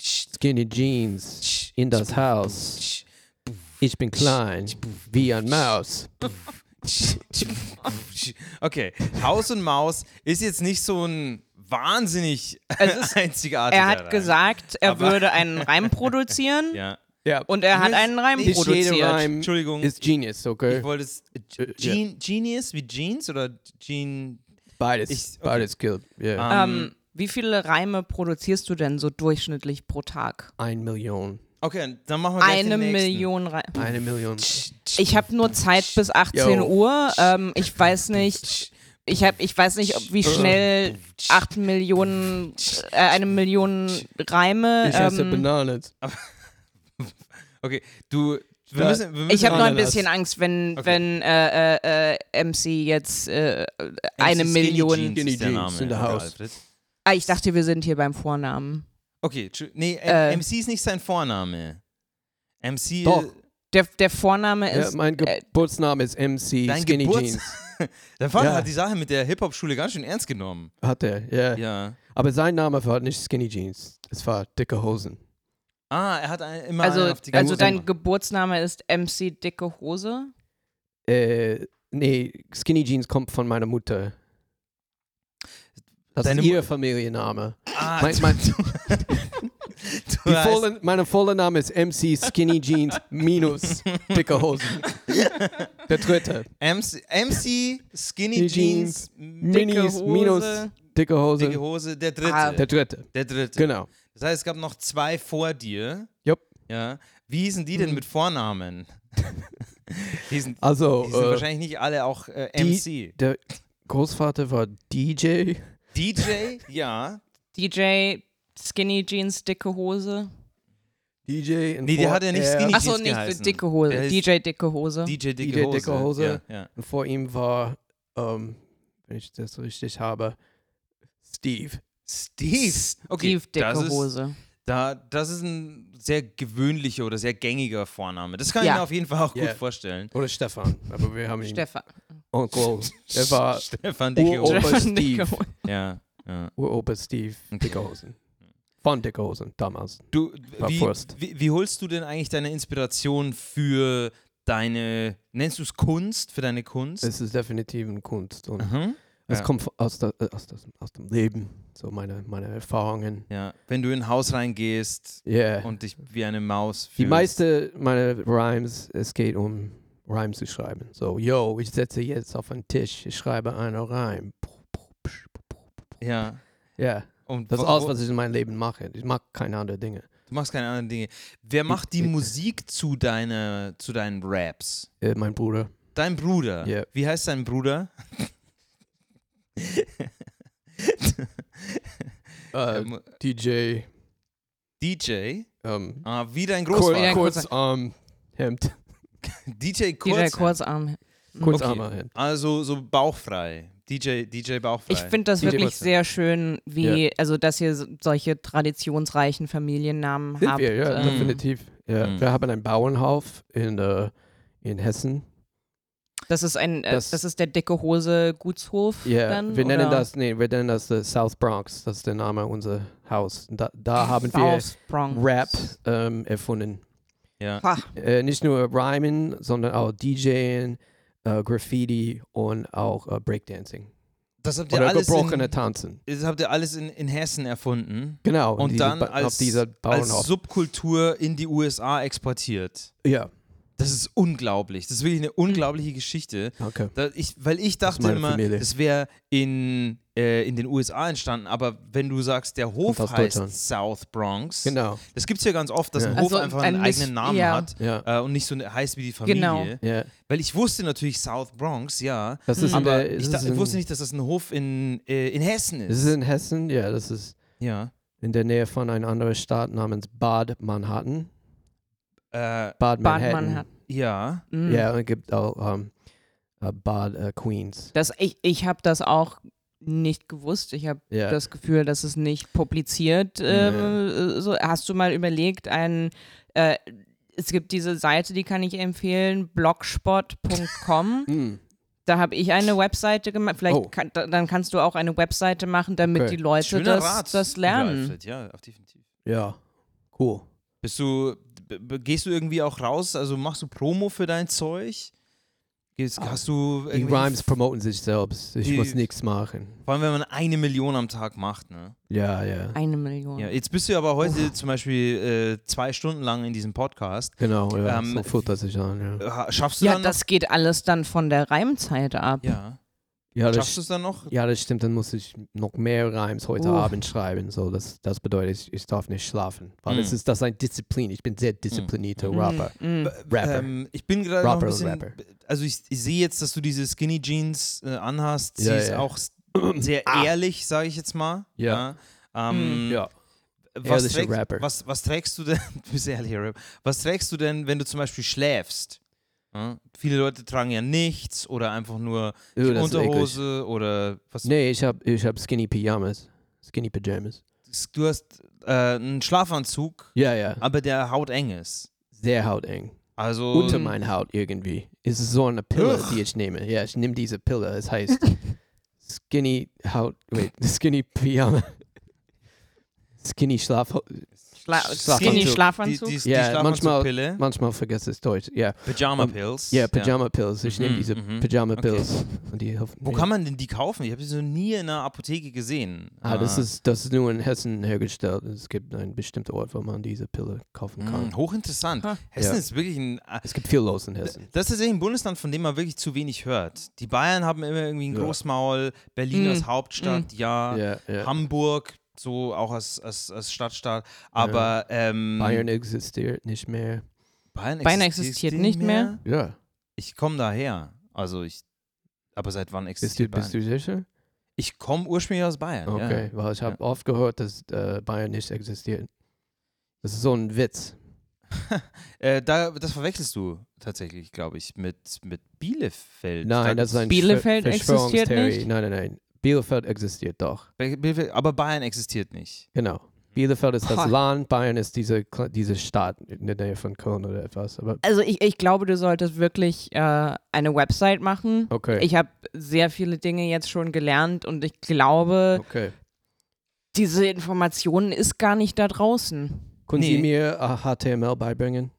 Speaker 2: skinny jeans in das Haus. Ich bin klein, wie ein Maus.
Speaker 1: Okay, Haus und Maus ist jetzt nicht so ein wahnsinnig
Speaker 3: Also Es ist,
Speaker 1: einzigartiger
Speaker 3: er hat
Speaker 1: Reim.
Speaker 3: gesagt, er
Speaker 1: Aber-
Speaker 3: würde einen Reim produzieren
Speaker 1: Ja.
Speaker 2: Ja,
Speaker 3: und er hat
Speaker 1: Nicht-
Speaker 3: einen Reim
Speaker 1: nicht
Speaker 2: jeder
Speaker 3: produziert.
Speaker 2: Reim
Speaker 1: Entschuldigung,
Speaker 2: ist Genius, okay?
Speaker 1: ich wollte es.
Speaker 2: Äh,
Speaker 1: Gen Genius wie Jeans oder Jean.
Speaker 2: Beides,
Speaker 1: ich- okay. Ah.
Speaker 2: beides gilt. Ja.
Speaker 3: Ähm, wie viele Reime produzierst du denn so durchschnittlich pro Tag?
Speaker 2: Ein Million.
Speaker 1: okay, dann machen wir gleich
Speaker 3: Eine
Speaker 1: den nächsten.
Speaker 3: Million Reime.
Speaker 2: Eine Million.
Speaker 3: Ich habe nur Zeit bis 18
Speaker 2: Yo.
Speaker 3: Uhr. Ähm, ich weiß nicht. Ich, hab, ich weiß nicht, ob, wie schnell 8 Millionen, äh, eine Million Reime.
Speaker 2: Ich esse
Speaker 3: Ähm,
Speaker 2: Bananen.
Speaker 1: Okay, du. Wir
Speaker 2: Ja.
Speaker 1: müssen, wir müssen
Speaker 3: ich habe noch ein
Speaker 2: Ananas.
Speaker 3: bisschen Angst, wenn,
Speaker 1: Okay.
Speaker 3: wenn äh, äh, äh, MC jetzt äh, eine
Speaker 1: Skinny
Speaker 3: Million.
Speaker 1: Jeans ist der
Speaker 2: Skinny
Speaker 1: Name,
Speaker 2: Jeans in der
Speaker 1: Onkel
Speaker 2: Haus.
Speaker 1: Alfred.
Speaker 3: Ah, ich dachte, wir sind hier beim Vornamen.
Speaker 1: Okay, tschu- nee,
Speaker 3: Äh.
Speaker 1: MC ist nicht sein Vorname. MC
Speaker 2: Doch.
Speaker 1: ist-
Speaker 3: Der, der Vorname
Speaker 2: Ja,
Speaker 3: ist.
Speaker 2: mein Geburtsname ist MC
Speaker 1: äh, Dein
Speaker 2: Skinny
Speaker 1: Geburts-
Speaker 2: Jeans.
Speaker 1: Dein Vater
Speaker 2: Ja.
Speaker 1: hat die Sache mit der Hip-Hop-Schule ganz schön ernst genommen.
Speaker 2: Hat er, ja.
Speaker 1: Ja.
Speaker 2: Aber sein Name war halt nicht Skinny Jeans. Es war dicke Hosen.
Speaker 1: Ah, er hat ein, immer einen
Speaker 3: also,
Speaker 1: auf die
Speaker 3: also
Speaker 1: Hose
Speaker 3: dein
Speaker 1: gemacht.
Speaker 3: Geburtsname ist MC Dicke Hose?
Speaker 2: Äh, nee, Skinny Jeans kommt von meiner Mutter. Das
Speaker 1: Deine
Speaker 2: ist ihr Familienname.
Speaker 1: Ah,
Speaker 2: Mein, mein,
Speaker 1: du
Speaker 2: die
Speaker 1: heißt-
Speaker 2: volle, meine volle Name ist MC Skinny Jeans minus dicke Hosen. Der dritte.
Speaker 1: MC, MC Skinny
Speaker 2: Die
Speaker 1: Jeans, dicke
Speaker 2: Minis
Speaker 1: Hose,
Speaker 2: minus dicke Hose.
Speaker 1: dicke Hose, der dritte.
Speaker 3: Ah.
Speaker 2: Der dritte.
Speaker 1: der dritte.
Speaker 2: Genau.
Speaker 1: Das heißt, es gab noch zwei vor dir.
Speaker 2: Jupp.
Speaker 1: Ja. Wie hießen die denn mit Vornamen? die sind,
Speaker 2: Also,
Speaker 1: die sind
Speaker 2: äh,
Speaker 1: wahrscheinlich nicht alle auch äh,
Speaker 2: die,
Speaker 1: MC.
Speaker 2: der Großvater war DJ.
Speaker 1: DJ? Ja.
Speaker 3: DJ Skinny Jeans Dicke Hose?
Speaker 2: DJ.
Speaker 1: Nee, der hat ja nicht Skinny
Speaker 3: Achso,
Speaker 1: Jeans
Speaker 3: nicht
Speaker 1: geheißen.
Speaker 3: Dicke
Speaker 1: Der
Speaker 3: Hose.
Speaker 1: ist-
Speaker 3: DJ Dicke Hose.
Speaker 1: DJ Dicke
Speaker 2: DJ
Speaker 1: Hose.
Speaker 2: Dicke Hose.
Speaker 1: Ja, ja.
Speaker 2: Und vor ihm war, ähm, wenn ich das richtig habe, Steve.
Speaker 1: Steve. Okay,
Speaker 3: Steve Dicke
Speaker 1: das ist,
Speaker 3: Hose.
Speaker 1: Da, das ist ein sehr gewöhnlicher oder sehr gängiger Vorname. Das kann ich
Speaker 3: Ja.
Speaker 1: mir auf jeden Fall auch
Speaker 2: Ja.
Speaker 1: gut vorstellen.
Speaker 2: Oder Stefan, aber wir haben ihn
Speaker 3: Stefan.
Speaker 2: Onkel. Der war
Speaker 1: Stefan Dicke.
Speaker 2: Uropa
Speaker 1: Ober-
Speaker 3: Stefan
Speaker 2: Steve.
Speaker 3: Dicke.
Speaker 1: Ja, ja.
Speaker 2: Uropa Steve Dickerhosen. Von Dickerhosen damals.
Speaker 1: Du,
Speaker 2: War
Speaker 1: wie,
Speaker 2: Frost.
Speaker 1: wie, wie holst du denn eigentlich deine Inspiration für deine, nennst du es Kunst, für deine Kunst?
Speaker 2: Es ist definitiv eine Kunst. Und
Speaker 1: Mhm.
Speaker 2: Es
Speaker 1: Ja.
Speaker 2: kommt von- aus, der, äh, aus, das, aus dem Leben, so meine, meine Erfahrungen.
Speaker 1: Ja, wenn du in ein Haus reingehst
Speaker 2: Yeah.
Speaker 1: und dich wie eine Maus fühlst.
Speaker 2: Die meiste meiner Rhymes, es geht um Rhymes zu schreiben. So, yo, ich setze jetzt auf einen Tisch, ich schreibe einen Rhyme.
Speaker 1: Ja.
Speaker 2: Ja,
Speaker 1: Und
Speaker 2: das ist
Speaker 1: wo-
Speaker 2: alles,
Speaker 1: wo-
Speaker 2: was ich in meinem Leben mache. Ich mag keine anderen Dinge.
Speaker 1: Du machst keine anderen Dinge. Wer macht die
Speaker 2: ich-
Speaker 1: Musik zu, deine, zu deinen Raps?
Speaker 2: Äh, mein Bruder.
Speaker 1: Dein Bruder.
Speaker 2: Ja.
Speaker 1: Wie heißt dein Bruder?
Speaker 2: Äh,
Speaker 1: Ähm,
Speaker 2: DJ.
Speaker 1: DJ.
Speaker 2: Ähm,
Speaker 1: Ah, wie dein
Speaker 2: Kur
Speaker 1: Großvater.
Speaker 3: Ja,
Speaker 2: kurz ähm, Hemd.
Speaker 3: DJ
Speaker 1: DJ Kurz.
Speaker 3: Kurzarm.
Speaker 2: Kurz
Speaker 1: Okay.
Speaker 2: Hemd.
Speaker 1: Also so bauchfrei. DJ, DJ bauchfrei.
Speaker 3: Ich finde das
Speaker 2: DJ
Speaker 3: wirklich
Speaker 1: Kurzarm.
Speaker 3: sehr schön, wie, also dass ihr so- solche traditionsreichen Familiennamen
Speaker 2: Sind
Speaker 3: habt.
Speaker 2: wir, ja,
Speaker 3: ähm,
Speaker 2: definitiv. Ja.
Speaker 1: Mhm.
Speaker 2: Wir haben einen Bauernhof in, äh, in Hessen.
Speaker 3: Das ist ein, äh,
Speaker 2: Das-
Speaker 3: das, ist der dicke Hose Gutshof.
Speaker 2: Ja,
Speaker 3: dann,
Speaker 2: wir nennen
Speaker 3: oder?
Speaker 2: das, nee, wir nennen das äh, South Bronx. Das ist der Name unser Haus. Da, da äh, haben wir
Speaker 3: Bausprung.
Speaker 2: Rap ähm, erfunden.
Speaker 1: Ja.
Speaker 3: Ha,
Speaker 2: Äh, nicht nur Rhymen, sondern auch DJing, äh, Graffiti und auch äh, Breakdancing.
Speaker 1: Das habt ihr
Speaker 2: Oder
Speaker 1: alles
Speaker 2: gebrochene
Speaker 1: in,
Speaker 2: Tanzen.
Speaker 1: das habt ihr alles in, in Hessen erfunden.
Speaker 2: Genau.
Speaker 1: Und
Speaker 2: diese
Speaker 1: dann
Speaker 2: Ba-
Speaker 1: als-
Speaker 2: auf dieser
Speaker 1: Als
Speaker 2: Bauernhof.
Speaker 1: Subkultur in die USA exportiert.
Speaker 2: ja,
Speaker 1: Das ist unglaublich. Das ist wirklich eine unglaubliche Geschichte.
Speaker 2: danke.
Speaker 1: Da ich, weil ich
Speaker 2: Das ist
Speaker 1: dachte
Speaker 2: meine
Speaker 1: immer,
Speaker 2: Familie.
Speaker 1: das wäre in, äh, in den USA entstanden, aber wenn du sagst, der Hof
Speaker 2: aus Deutschland.
Speaker 1: heißt South Bronx,
Speaker 2: Genau.
Speaker 1: das gibt es ja ganz oft, dass
Speaker 2: Ja.
Speaker 1: ein Hof
Speaker 3: Also
Speaker 1: einfach
Speaker 3: ein
Speaker 1: einen
Speaker 3: Miss-
Speaker 1: eigenen Namen
Speaker 3: ja.
Speaker 1: hat
Speaker 2: Ja.
Speaker 1: äh, und nicht so ne- heißt wie die Familie.
Speaker 3: Genau.
Speaker 2: Ja,
Speaker 1: Weil ich wusste natürlich South Bronx, ja,
Speaker 2: das ist in
Speaker 1: Hm. aber
Speaker 2: der,
Speaker 1: ich,
Speaker 2: das
Speaker 1: da,
Speaker 2: ist
Speaker 1: ich
Speaker 2: in,
Speaker 1: wusste nicht, dass das ein Hof in, äh, in Hessen
Speaker 2: Das
Speaker 1: ist.
Speaker 2: ist in Hessen, ja, das ist
Speaker 1: ja.
Speaker 2: in der Nähe von einer anderen Stadt namens Bad Manhattan.
Speaker 1: Äh,
Speaker 2: Bad
Speaker 3: Bad
Speaker 2: Manhattan.
Speaker 3: Manhattan.
Speaker 1: ja.
Speaker 3: mm.
Speaker 2: Ja, und es gibt auch ähm, äh, Bad äh, Queens.
Speaker 3: Das, ich ich habe das auch nicht gewusst. Ich habe
Speaker 2: Ja.
Speaker 3: das Gefühl, dass es nicht publiziert. Ähm, äh, so, hast du mal überlegt, ein, äh, es gibt diese Seite, die kann ich empfehlen, blogspot.com.
Speaker 2: Mm.
Speaker 1: Hm.
Speaker 3: Da habe ich eine Webseite gemacht. Vielleicht
Speaker 2: Oh.
Speaker 3: kann, da, dann kannst du auch eine Webseite machen, damit
Speaker 2: Okay.
Speaker 3: die Leute
Speaker 1: Schöner
Speaker 3: das,
Speaker 1: Rat,
Speaker 3: das
Speaker 1: lieber
Speaker 3: lernen.
Speaker 1: Alfred. Ja, auf definitiv.
Speaker 2: Ja, cool.
Speaker 1: Bist du, b- b- gehst du irgendwie auch raus? Also machst du Promo für dein Zeug? Gehst,
Speaker 2: Ah,
Speaker 1: hast du
Speaker 2: Die
Speaker 1: irgendwie-
Speaker 2: Rhymes promoten sich selbst. Ich
Speaker 1: Die-
Speaker 2: muss nichts machen.
Speaker 1: Vor allem, wenn man eine Million am Tag macht, ne?
Speaker 2: Ja, ja.
Speaker 3: Eine Million.
Speaker 1: Ja, jetzt bist du aber heute zum Beispiel äh, zwei Stunden lang in diesem Podcast.
Speaker 2: Genau, ja.
Speaker 1: Ähm,
Speaker 2: so fühlt das sich an, ja.
Speaker 1: Äh, Schaffst du
Speaker 3: Ja,
Speaker 1: dann
Speaker 3: das geht alles dann von der Reimzeit ab.
Speaker 1: noch? Ja.
Speaker 2: Ja
Speaker 1: Schaffst du
Speaker 2: das,
Speaker 1: es dann noch?
Speaker 2: ja, das stimmt. Dann muss ich noch mehr Rhymes heute
Speaker 3: Uff.
Speaker 2: Abend schreiben. So, das, das bedeutet, ich, ich darf nicht schlafen. Weil
Speaker 1: Mm.
Speaker 2: es ist das ist ein Disziplin. Ich bin sehr disziplinierter
Speaker 3: Mhm,
Speaker 2: Rapper.
Speaker 3: mhm.
Speaker 2: Rapper.
Speaker 1: Ähm, ich bin gerade noch ein
Speaker 2: Rapper,
Speaker 1: bisschen.
Speaker 2: Rapper.
Speaker 1: Also ich, ich sehe jetzt, dass du diese Skinny Jeans äh, anhast.
Speaker 2: Ja,
Speaker 1: Sie ist
Speaker 2: ja. Ah.
Speaker 1: auch s- sehr ehrlich, sage ich jetzt mal.
Speaker 2: Ja. Hm.
Speaker 1: Ja. Ähm,
Speaker 2: Ja.
Speaker 1: Was
Speaker 2: Ehrlicher
Speaker 1: trägst,
Speaker 2: Rapper.
Speaker 1: Was, was trägst du denn? Du bist ehrlicher Rapper. Was trägst du denn, wenn du zum Beispiel schläfst? Ja? Viele Leute tragen ja nichts oder einfach nur
Speaker 2: Öh,
Speaker 1: die
Speaker 2: das ist eklig.
Speaker 1: Unterhose oder was.
Speaker 2: Nee, ich habe ich hab Skinny Pyjamas. Skinny Pyjamas.
Speaker 1: Du hast äh, einen Schlafanzug,
Speaker 2: Ja, ja.
Speaker 1: aber der hauteng ist.
Speaker 2: Sehr hauteng.
Speaker 1: Also
Speaker 2: Unter meine Haut irgendwie. Es ist so eine Pille,
Speaker 1: Ugh.
Speaker 2: die ich nehme. Ja, ich nehme diese Pille. Es heißt Skinny Haut. Wait, Skinny Pyjama. Skinny Schlaf.
Speaker 3: Schla
Speaker 2: Schlafanzug.
Speaker 3: Skinny
Speaker 1: die,
Speaker 3: Schlafanzug.
Speaker 1: die, die
Speaker 2: Ja, manchmal-
Speaker 1: Schlafanzugpille,
Speaker 2: Manchmal vergesse ich Deutsch. Ja,
Speaker 1: Pyjama Pills.
Speaker 2: ja Pyjama Pills. Ich nehme
Speaker 1: Mhm,
Speaker 2: diese
Speaker 1: mhm.
Speaker 2: Pyjama
Speaker 1: Okay.
Speaker 2: Pills. Und die helfen.
Speaker 1: Wo kann man denn die kaufen? Ich habe sie so nie in einer Apotheke gesehen.
Speaker 2: Ah, das ist, das ist nur in Hessen hergestellt. Es gibt einen bestimmten Ort, wo man diese Pille kaufen kann.
Speaker 1: mh, Hm, hochinteressant.
Speaker 3: Ha.
Speaker 1: Hessen
Speaker 2: Ja.
Speaker 1: ist wirklich ein äh,
Speaker 2: Es gibt viel los in Hessen.
Speaker 1: Das ist tatsächlich ein Bundesland, von dem man wirklich zu wenig hört. Die Bayern haben immer irgendwie ein
Speaker 2: Ja.
Speaker 1: Großmaul, Berlin als
Speaker 3: Mm.
Speaker 1: Hauptstadt, ja,
Speaker 2: Ja, ja.
Speaker 1: Hamburg so auch als, als, als Stadtstaat, aber ähm,
Speaker 2: Bayern e- existiert nicht mehr.
Speaker 1: Bayern
Speaker 3: Bayern existiert
Speaker 1: die
Speaker 3: nicht mehr.
Speaker 2: Ja.
Speaker 1: Ich komme daher, also ich, aber seit wann
Speaker 2: Bist du,
Speaker 1: existiert
Speaker 2: bist
Speaker 1: Bayern?
Speaker 2: du sicher?
Speaker 1: Ich komme ursprünglich aus Bayern,
Speaker 2: Okay,
Speaker 1: ja.
Speaker 2: weil ich habe oft gehört, dass äh, Bayern nicht existiert. Das ist so ein Witz.
Speaker 1: Äh, da, das verwechselst du tatsächlich, glaube ich, mit, mit Bielefeld.
Speaker 2: Nein,
Speaker 1: Da
Speaker 2: das ist ein
Speaker 3: Bielefeld
Speaker 2: Ver-
Speaker 3: existiert
Speaker 2: Verschwörungstheorie.
Speaker 3: nicht?
Speaker 2: Nein, nein, nein. Bielefeld existiert doch.
Speaker 1: gibt's- Bielefeld, aber Bayern existiert nicht.
Speaker 2: Genau. Bielefeld ist das
Speaker 3: Ha.
Speaker 2: Land, Bayern ist diese, Kle- diese Stadt in der Nähe von Köln oder etwas. Aber
Speaker 3: Also ich, ich glaube, du solltest wirklich äh, eine Website machen.
Speaker 2: okay.
Speaker 3: Ich habe sehr viele Dinge jetzt schon gelernt und ich glaube,
Speaker 2: okay.
Speaker 3: diese Information ist gar nicht da draußen.
Speaker 2: Können
Speaker 1: Nee.
Speaker 2: Sie mir äh, HTML beibringen?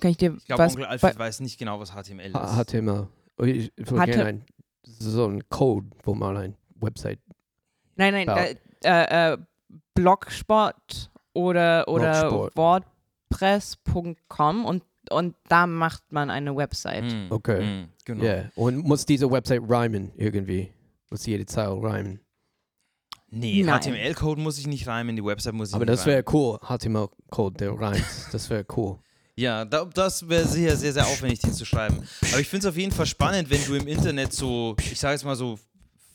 Speaker 3: Kann ich dir
Speaker 1: Ich glaube,
Speaker 3: was?
Speaker 1: Onkel Alfred weiß nicht genau, was HTML
Speaker 2: H-
Speaker 1: ist.
Speaker 2: HTML. Oh, Ich ich würde
Speaker 3: Hatte-
Speaker 2: gerne ein, so einen Code, wo man eine Website
Speaker 3: nein, nein,
Speaker 2: Ja.
Speaker 3: äh, äh, Blogspot oder, oder
Speaker 2: Blogspot.
Speaker 3: WordPress.com und, und da macht man eine Website.
Speaker 1: Hm,
Speaker 2: Okay.
Speaker 1: hm, genau.
Speaker 2: Yeah. Und muss diese Website rhymen irgendwie? Muss jede Zeile rhymen?
Speaker 1: Nee,
Speaker 3: Nein.
Speaker 1: HTML-Code muss ich nicht reimen, die Website muss ich
Speaker 2: Aber
Speaker 1: nicht
Speaker 2: das wäre cool. HTML-Code, der rhymt. Das wäre cool.
Speaker 1: Ja, da, das wäre sicher sehr, sehr aufwendig, die zu schreiben. Aber ich finde es auf jeden Fall spannend, wenn du im Internet so, ich sage jetzt mal so,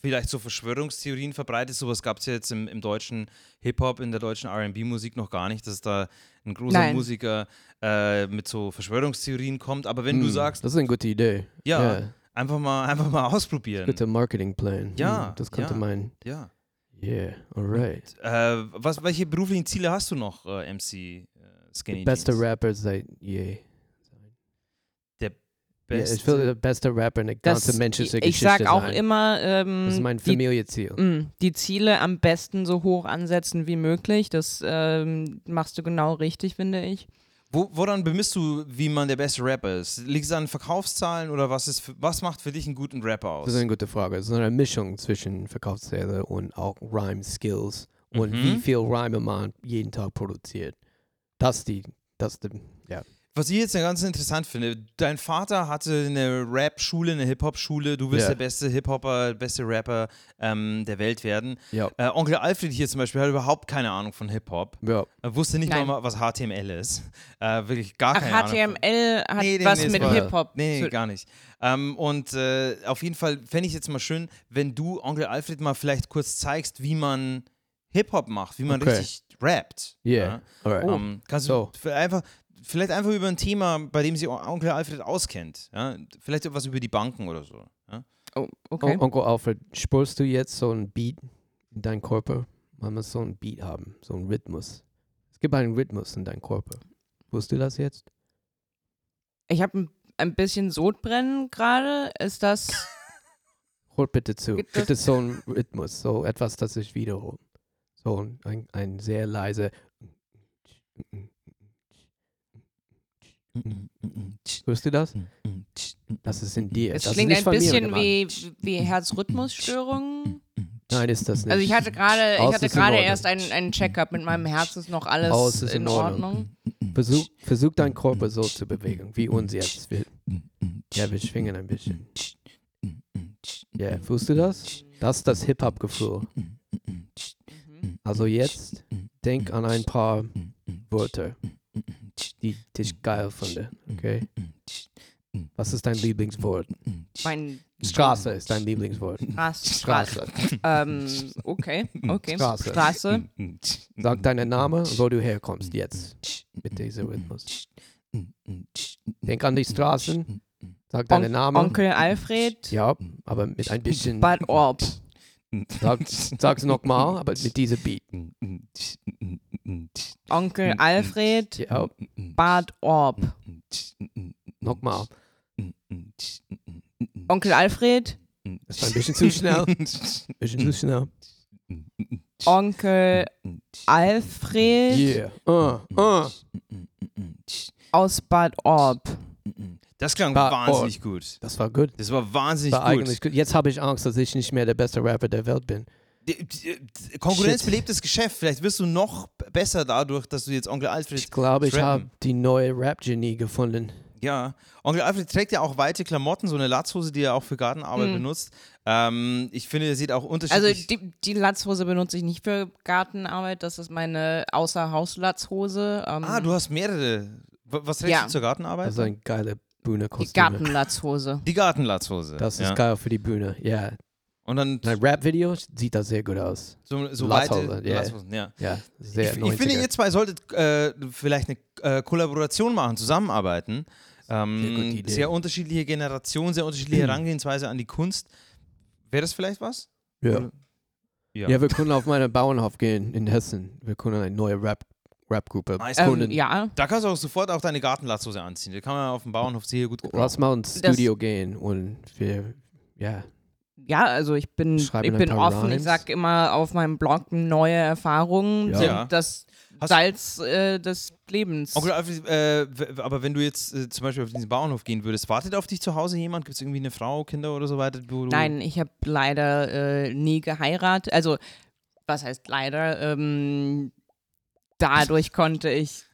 Speaker 1: vielleicht so Verschwörungstheorien verbreitest. Sowas gab es ja jetzt im, im deutschen Hip-Hop, in der deutschen RB-Musik noch gar nicht, dass da ein großer
Speaker 3: Nein.
Speaker 1: Musiker äh, mit so Verschwörungstheorien kommt. Aber wenn du
Speaker 2: Hm,
Speaker 1: sagst,
Speaker 2: Das ist eine gute Idee.
Speaker 1: ja,
Speaker 2: Yeah.
Speaker 1: einfach mal, einfach mal ausprobieren.
Speaker 2: Guter Marketingplan. Hm,
Speaker 1: Ja,
Speaker 2: Das könnte
Speaker 1: ja.
Speaker 2: mein.
Speaker 1: Ja.
Speaker 2: Yeah. Alright.
Speaker 1: Äh, was, welche beruflichen Ziele hast du noch, äh, MC äh, Skinny
Speaker 2: Beste
Speaker 1: Jeans?
Speaker 2: Rapper seit je. Ja,
Speaker 1: Best-
Speaker 2: ich will der beste Rapper in der
Speaker 3: Das-
Speaker 2: ganzen menschlichen
Speaker 3: ich
Speaker 2: Geschichte
Speaker 3: sag auch
Speaker 2: sein.
Speaker 3: immer, ähm,
Speaker 2: das ist mein
Speaker 3: die,
Speaker 2: Familienziel.
Speaker 3: mh, die Ziele am besten so hoch ansetzen wie möglich. Das ähm, machst du genau richtig, finde ich.
Speaker 1: Wo, woran bemisst du, wie man der beste Rapper ist? Liegt es an Verkaufszahlen oder was, ist, für- was macht für dich einen guten Rapper aus?
Speaker 2: Das ist eine gute Frage. Es ist eine Mischung zwischen Verkaufszähler und auch Rhyme-Skills und
Speaker 1: Mhm.
Speaker 2: wie viel Rhyme man jeden Tag produziert. Das ist die, das ist die, ja.
Speaker 1: Was ich jetzt ganz interessant finde, dein Vater hatte eine Rap-Schule, eine Hip-Hop-Schule, du willst
Speaker 2: Ja.
Speaker 1: der beste Hip-Hopper, der beste Rapper ähm, der Welt werden.
Speaker 2: Ja.
Speaker 1: Äh, Onkel Alfred hier zum Beispiel hat überhaupt keine Ahnung von Hip-Hop,
Speaker 2: ja.
Speaker 1: Er wusste nicht
Speaker 3: Nein.
Speaker 1: mal, was HTML ist. Äh, wirklich gar
Speaker 3: Ach,
Speaker 1: keine Ahnung.
Speaker 3: HTML hat
Speaker 1: Nee, nee,
Speaker 3: was
Speaker 1: nee, es
Speaker 3: mit
Speaker 1: war-
Speaker 3: Hip-Hop
Speaker 1: Nee,
Speaker 3: zu
Speaker 1: nee, gar nicht. Ähm, und äh, auf jeden Fall fände ich jetzt mal schön, wenn du Onkel Alfred mal vielleicht kurz zeigst, wie man Hip-Hop macht, wie man
Speaker 2: Okay.
Speaker 1: richtig rappt.
Speaker 2: Yeah. Alright. Um,
Speaker 1: Ja?
Speaker 3: Oh,
Speaker 1: Ähm, kannst
Speaker 2: So.
Speaker 1: du für einfach, vielleicht einfach über ein Thema, bei dem sich Onkel Alfred auskennt. Ja? Vielleicht etwas über die Banken oder so. Ja?
Speaker 3: Oh, okay.
Speaker 2: On- Onkel Alfred, spürst du jetzt so einen Beat in deinem Körper? Man muss so einen Beat haben, so einen Rhythmus. Es gibt einen Rhythmus in deinem Körper. Wusstest du das jetzt?
Speaker 3: Ich habe ein, ein bisschen Sodbrennen gerade. Ist das.
Speaker 2: Hört bitte zu.
Speaker 3: Gibt
Speaker 2: Gibt es so einen Rhythmus, so etwas, das sich wiederholt? So ein- ein, ein sehr leise. Hörst du das? Das ist in dir.
Speaker 3: Mhm. Es
Speaker 2: das
Speaker 3: klingt ein
Speaker 2: ist nicht von mir
Speaker 3: bisschen
Speaker 2: gemacht.
Speaker 3: wie, wie Herzrhythmusstörungen.
Speaker 2: Nein, ist das nicht.
Speaker 3: Also ich hatte gerade,
Speaker 2: Alles
Speaker 3: ich hatte
Speaker 2: ist in
Speaker 3: gerade
Speaker 2: Ordnung.
Speaker 3: erst einen, einen Check-up mit meinem Herz ist noch alles
Speaker 2: Alles ist
Speaker 3: in,
Speaker 2: in Ordnung.
Speaker 3: Ordnung.
Speaker 2: versuch, versuch deinen Körper so zu bewegen, wie uns jetzt will. Ja, wir schwingen ein bisschen. Ja, fühlst du das? Das ist das Hip-Hop-Gefühl. Also jetzt denk an ein paar Wörter, die dich geil finde. Okay? Was ist dein Lieblingswort?
Speaker 3: Mein
Speaker 2: Straße ist dein Lieblingswort.
Speaker 3: Straß, Straße.
Speaker 2: Straße.
Speaker 3: Ähm, okay, okay.
Speaker 2: Straße.
Speaker 3: Straße.
Speaker 2: Sag deinen Namen, wo du herkommst jetzt mit diesem Rhythmus. Denk an die Straßen. Sag deinen Namen.
Speaker 3: Onkel Alfred.
Speaker 2: Ja, aber mit ein bisschen.
Speaker 3: Bad Orb.
Speaker 2: Sag, sag's nochmal, aber mit diesem Beat.
Speaker 3: Onkel Alfred.
Speaker 2: Ja,
Speaker 3: Bad Orb.
Speaker 2: nochmal.
Speaker 3: Onkel Alfred.
Speaker 2: Das war ein bisschen zu schnell. Ein bisschen
Speaker 1: Hm.
Speaker 2: zu schnell.
Speaker 3: Onkel Alfred
Speaker 2: Yeah. Uh, uh.
Speaker 3: aus Bad Orb.
Speaker 1: Das klang
Speaker 2: Ba-
Speaker 1: wahnsinnig gut.
Speaker 2: Das war gut.
Speaker 1: Das war wahnsinnig
Speaker 2: War
Speaker 1: gut.
Speaker 2: eigentlich gut. Jetzt habe ich Angst, dass ich nicht mehr der beste Rapper der Welt bin.
Speaker 1: Die- die- die- Konkurrenz
Speaker 2: Shit.
Speaker 1: belebtes Geschäft. Vielleicht wirst du noch b- besser dadurch, dass du jetzt Onkel Alfred.
Speaker 2: Ich glaube, ich
Speaker 1: Trappen.
Speaker 2: habe die neue Rap-Genie gefunden.
Speaker 1: Ja. Onkel Alfred trägt ja auch weite Klamotten, so eine Latzhose, die er auch für Gartenarbeit
Speaker 3: Mhm.
Speaker 1: benutzt. Ähm, ich finde, er sieht auch
Speaker 3: Also
Speaker 1: unterschiedlich.
Speaker 3: die, die Latzhose benutze ich nicht für Gartenarbeit. Das ist meine Außerhaus-Latzhose. Ähm,
Speaker 1: ah, du hast mehrere. W- Was trägst
Speaker 3: Ja.
Speaker 1: du zur Gartenarbeit?
Speaker 2: Also ein geiler
Speaker 3: die
Speaker 2: Bühne-Kostüm.
Speaker 3: Gartenlatzhose.
Speaker 1: die Gartenlatzhose.
Speaker 2: Das ist
Speaker 1: ja.
Speaker 2: geil für die Bühne. Ja.
Speaker 1: Und dann
Speaker 2: Ein Rap-Video sieht das sehr gut aus.
Speaker 1: so, so
Speaker 2: Latzhose,
Speaker 1: weite
Speaker 2: ja.
Speaker 1: Latzhosen. Ja.
Speaker 2: Ja, sehr
Speaker 1: ich, ich finde,
Speaker 2: 90er.
Speaker 1: ihr zwei solltet äh, vielleicht eine äh, Kollaboration machen, zusammenarbeiten.
Speaker 2: Sehr gute
Speaker 1: Ähm,
Speaker 2: Idee. Mhm.
Speaker 1: sehr, unterschiedliche Generationen, sehr unterschiedliche Herangehensweise an die Kunst. Wäre das vielleicht was?
Speaker 2: Ja.
Speaker 1: Ja.
Speaker 2: Ja. wir können auf meinen Bauernhof gehen in Hessen. Wir können eine neue Rap- Rap-Gruppe
Speaker 1: Nice.
Speaker 2: gründen.
Speaker 3: Ähm, ja,
Speaker 1: Da kannst du auch sofort auch deine Gartenlatzhose anziehen. Die kann man auf dem Bauernhof sehr gut gebrauchen.
Speaker 2: Lass mal ins
Speaker 3: Das-
Speaker 2: Studio gehen und wir, ja,
Speaker 3: ja, also ich bin, ich
Speaker 2: Schreiben ein
Speaker 3: bin
Speaker 2: paar
Speaker 3: offen. Ich
Speaker 2: Rhymes.
Speaker 3: sag immer auf meinem Blog neue Erfahrungen
Speaker 2: Ja.
Speaker 3: sind
Speaker 1: Ja.
Speaker 3: das
Speaker 1: Hast-
Speaker 3: Salz äh, des Lebens.
Speaker 1: Onkel Alfred, äh, w- w- aber wenn du jetzt äh, zum Beispiel auf diesen Bauernhof gehen würdest, wartet auf dich zu Hause jemand? Gibt es irgendwie eine Frau, Kinder oder so weiter? wo du-
Speaker 3: Nein, ich habe leider äh, nie geheiratet. Also, was heißt leider? Ähm, dadurch konnte ich.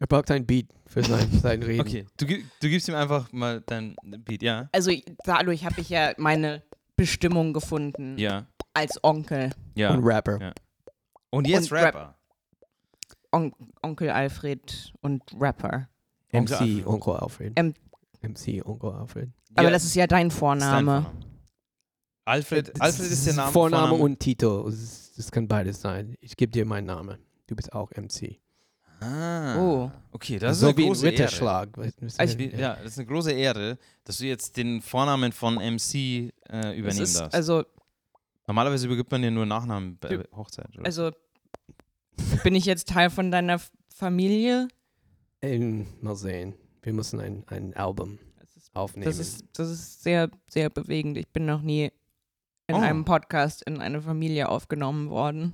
Speaker 2: er braucht ein Beat für sein, sein Reden.
Speaker 1: Okay, du, gi- du gibst ihm einfach mal dein Beat, ja?
Speaker 3: Also, dadurch habe ich ja meine Bestimmung gefunden
Speaker 1: Ja,
Speaker 3: als Onkel.
Speaker 1: ja.
Speaker 2: Und Rapper.
Speaker 1: Ja. Und jetzt
Speaker 3: Und Rap-
Speaker 1: Rapper.
Speaker 3: On Onkel Alfred und Rapper.
Speaker 1: Onkel Alfred.
Speaker 2: MC Onkel Alfred.
Speaker 3: Ähm,
Speaker 2: MC Onkel Alfred.
Speaker 3: Aber
Speaker 1: Ja,
Speaker 3: das ist ja dein
Speaker 1: ist dein
Speaker 3: Vorname. Äh,
Speaker 1: Vorname. Alfred, Äh, Alfred ist der Name.
Speaker 2: Vorname und Titel. Es ist- Es kann beides sein. Ich gebe dir meinen Namen. Du bist auch MC.
Speaker 1: Ah,
Speaker 3: Oh.
Speaker 1: Okay, das ist
Speaker 2: so
Speaker 1: eine
Speaker 2: wie ein
Speaker 1: große Ehre.
Speaker 2: Ritterschlag. weißt du, was
Speaker 1: Ich,
Speaker 2: ich meine?
Speaker 1: ja, das ist eine große Ehre, dass du jetzt den Vornamen von MC äh,
Speaker 3: Das
Speaker 1: übernehmen
Speaker 3: ist,
Speaker 1: darfst.
Speaker 3: also,
Speaker 1: Normalerweise übergibt man dir nur Nachnamen bei Hochzeit. Oder?
Speaker 3: also bin ich jetzt Teil von deiner F- Familie?
Speaker 2: Ähm, mal sehen. Wir müssen ein, ein Album
Speaker 3: Das ist,
Speaker 2: aufnehmen.
Speaker 3: das, ist, das ist sehr, sehr bewegend. Ich bin noch nie in
Speaker 1: Oh.
Speaker 3: einem Podcast in eine Familie aufgenommen worden.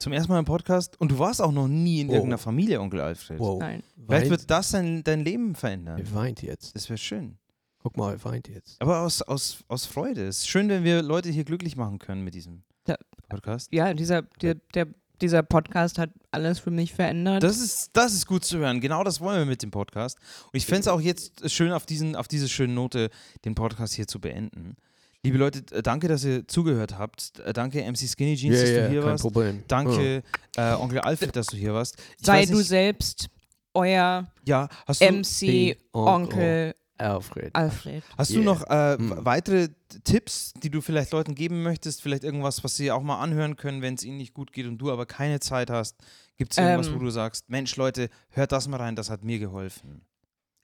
Speaker 1: Zum ersten Mal im Podcast und du warst auch noch nie in
Speaker 2: Wow.
Speaker 1: irgendeiner Familie, Onkel Alfred.
Speaker 2: wow.
Speaker 3: Nein.
Speaker 1: Vielleicht
Speaker 2: Weint,
Speaker 1: wird das dein, dein Leben verändern.
Speaker 2: er weint jetzt.
Speaker 1: Das wäre schön.
Speaker 2: Guck mal, er weint jetzt.
Speaker 1: Aber aus, aus, aus Freude. Es ist schön, wenn wir Leute hier glücklich machen können mit diesem
Speaker 3: Ja.
Speaker 1: Podcast.
Speaker 3: ja, dieser, der, der, dieser Podcast hat alles für mich verändert.
Speaker 1: Das ist, das ist gut zu hören. Genau das wollen wir mit dem Podcast. Und ich fände es auch jetzt schön, auf, diesen, auf diese schöne Note den Podcast hier zu beenden. Liebe Leute, äh, danke, dass ihr zugehört habt. Äh, Danke, MC Skinny Jeans, dass du hier
Speaker 2: kein
Speaker 1: warst.
Speaker 2: Problem. Hm. Oh.
Speaker 1: Danke, äh, Onkel Alfred, dass du hier warst. Ich
Speaker 3: Sei
Speaker 1: weiß
Speaker 3: du
Speaker 1: nicht,
Speaker 3: selbst euer
Speaker 1: ja, hast du,
Speaker 3: MC Onkel Ah.
Speaker 2: Oh, Alfred.
Speaker 3: Alfred.
Speaker 1: hast du
Speaker 2: Yeah.
Speaker 1: noch äh,
Speaker 2: Hm.
Speaker 1: w- weitere T- Tipps, die du vielleicht Leuten geben möchtest? Vielleicht irgendwas, was sie auch mal anhören können, wenn es ihnen nicht gut geht und du aber keine Zeit hast? Gibt es irgendwas,
Speaker 3: Ähm.
Speaker 1: wo du sagst, Mensch, Leute, hört das mal rein, das hat mir geholfen?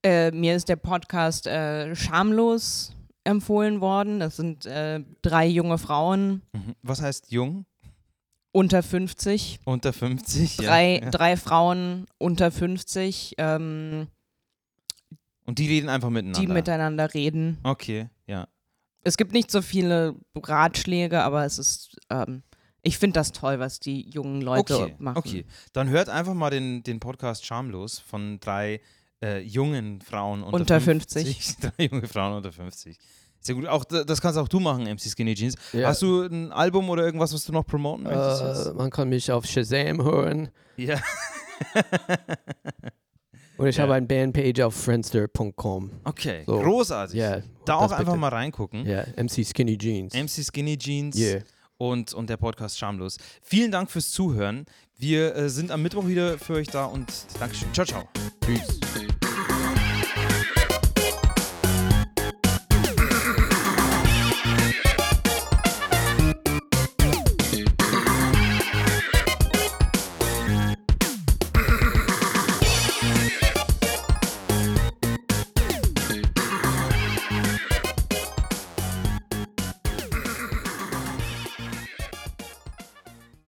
Speaker 3: Äh, mir ist der Podcast äh, Schamlos empfohlen worden. Das sind äh, drei junge Frauen
Speaker 1: Mhm. Was heißt jung?
Speaker 3: unter 50.
Speaker 1: Unter 50? ja.
Speaker 3: Drei,
Speaker 1: ja.
Speaker 3: drei Frauen unter 50, ähm,
Speaker 1: Und die reden einfach miteinander.
Speaker 3: die miteinander reden.
Speaker 1: okay, ja.
Speaker 3: Es gibt nicht so viele Ratschläge, aber es ist, ähm, ich finde das toll, was die jungen Leute
Speaker 1: Okay,
Speaker 3: machen.
Speaker 1: okay. Dann hört einfach mal den, den Podcast Schamlos von drei äh, jungen Frauen unter,
Speaker 3: Unter
Speaker 1: 50. drei junge Frauen unter 50. Sehr gut. Auch, d- das kannst auch du machen, MC Skinny Jeans.
Speaker 2: Ja.
Speaker 1: Hast du ein Album oder irgendwas, was du noch promoten möchtest?
Speaker 2: Äh, man kann mich auf Shazam hören.
Speaker 1: jetzt?
Speaker 2: Äh,
Speaker 1: Ja.
Speaker 2: Und ich
Speaker 1: Ja.
Speaker 2: habe eine Bandpage auf friendster.com.
Speaker 1: okay,
Speaker 2: So.
Speaker 1: großartig.
Speaker 2: Ja,
Speaker 1: Da auch
Speaker 2: das
Speaker 1: einfach
Speaker 2: bitte.
Speaker 1: mal reingucken.
Speaker 2: Ja, MC Skinny Jeans.
Speaker 1: MC Skinny Jeans.
Speaker 2: yeah.
Speaker 1: und, und der Podcast Schamlos. Vielen Dank fürs Zuhören. Wir äh, sind am Mittwoch wieder für euch da und Dankeschön. Ciao, ciao.
Speaker 2: Tschüss.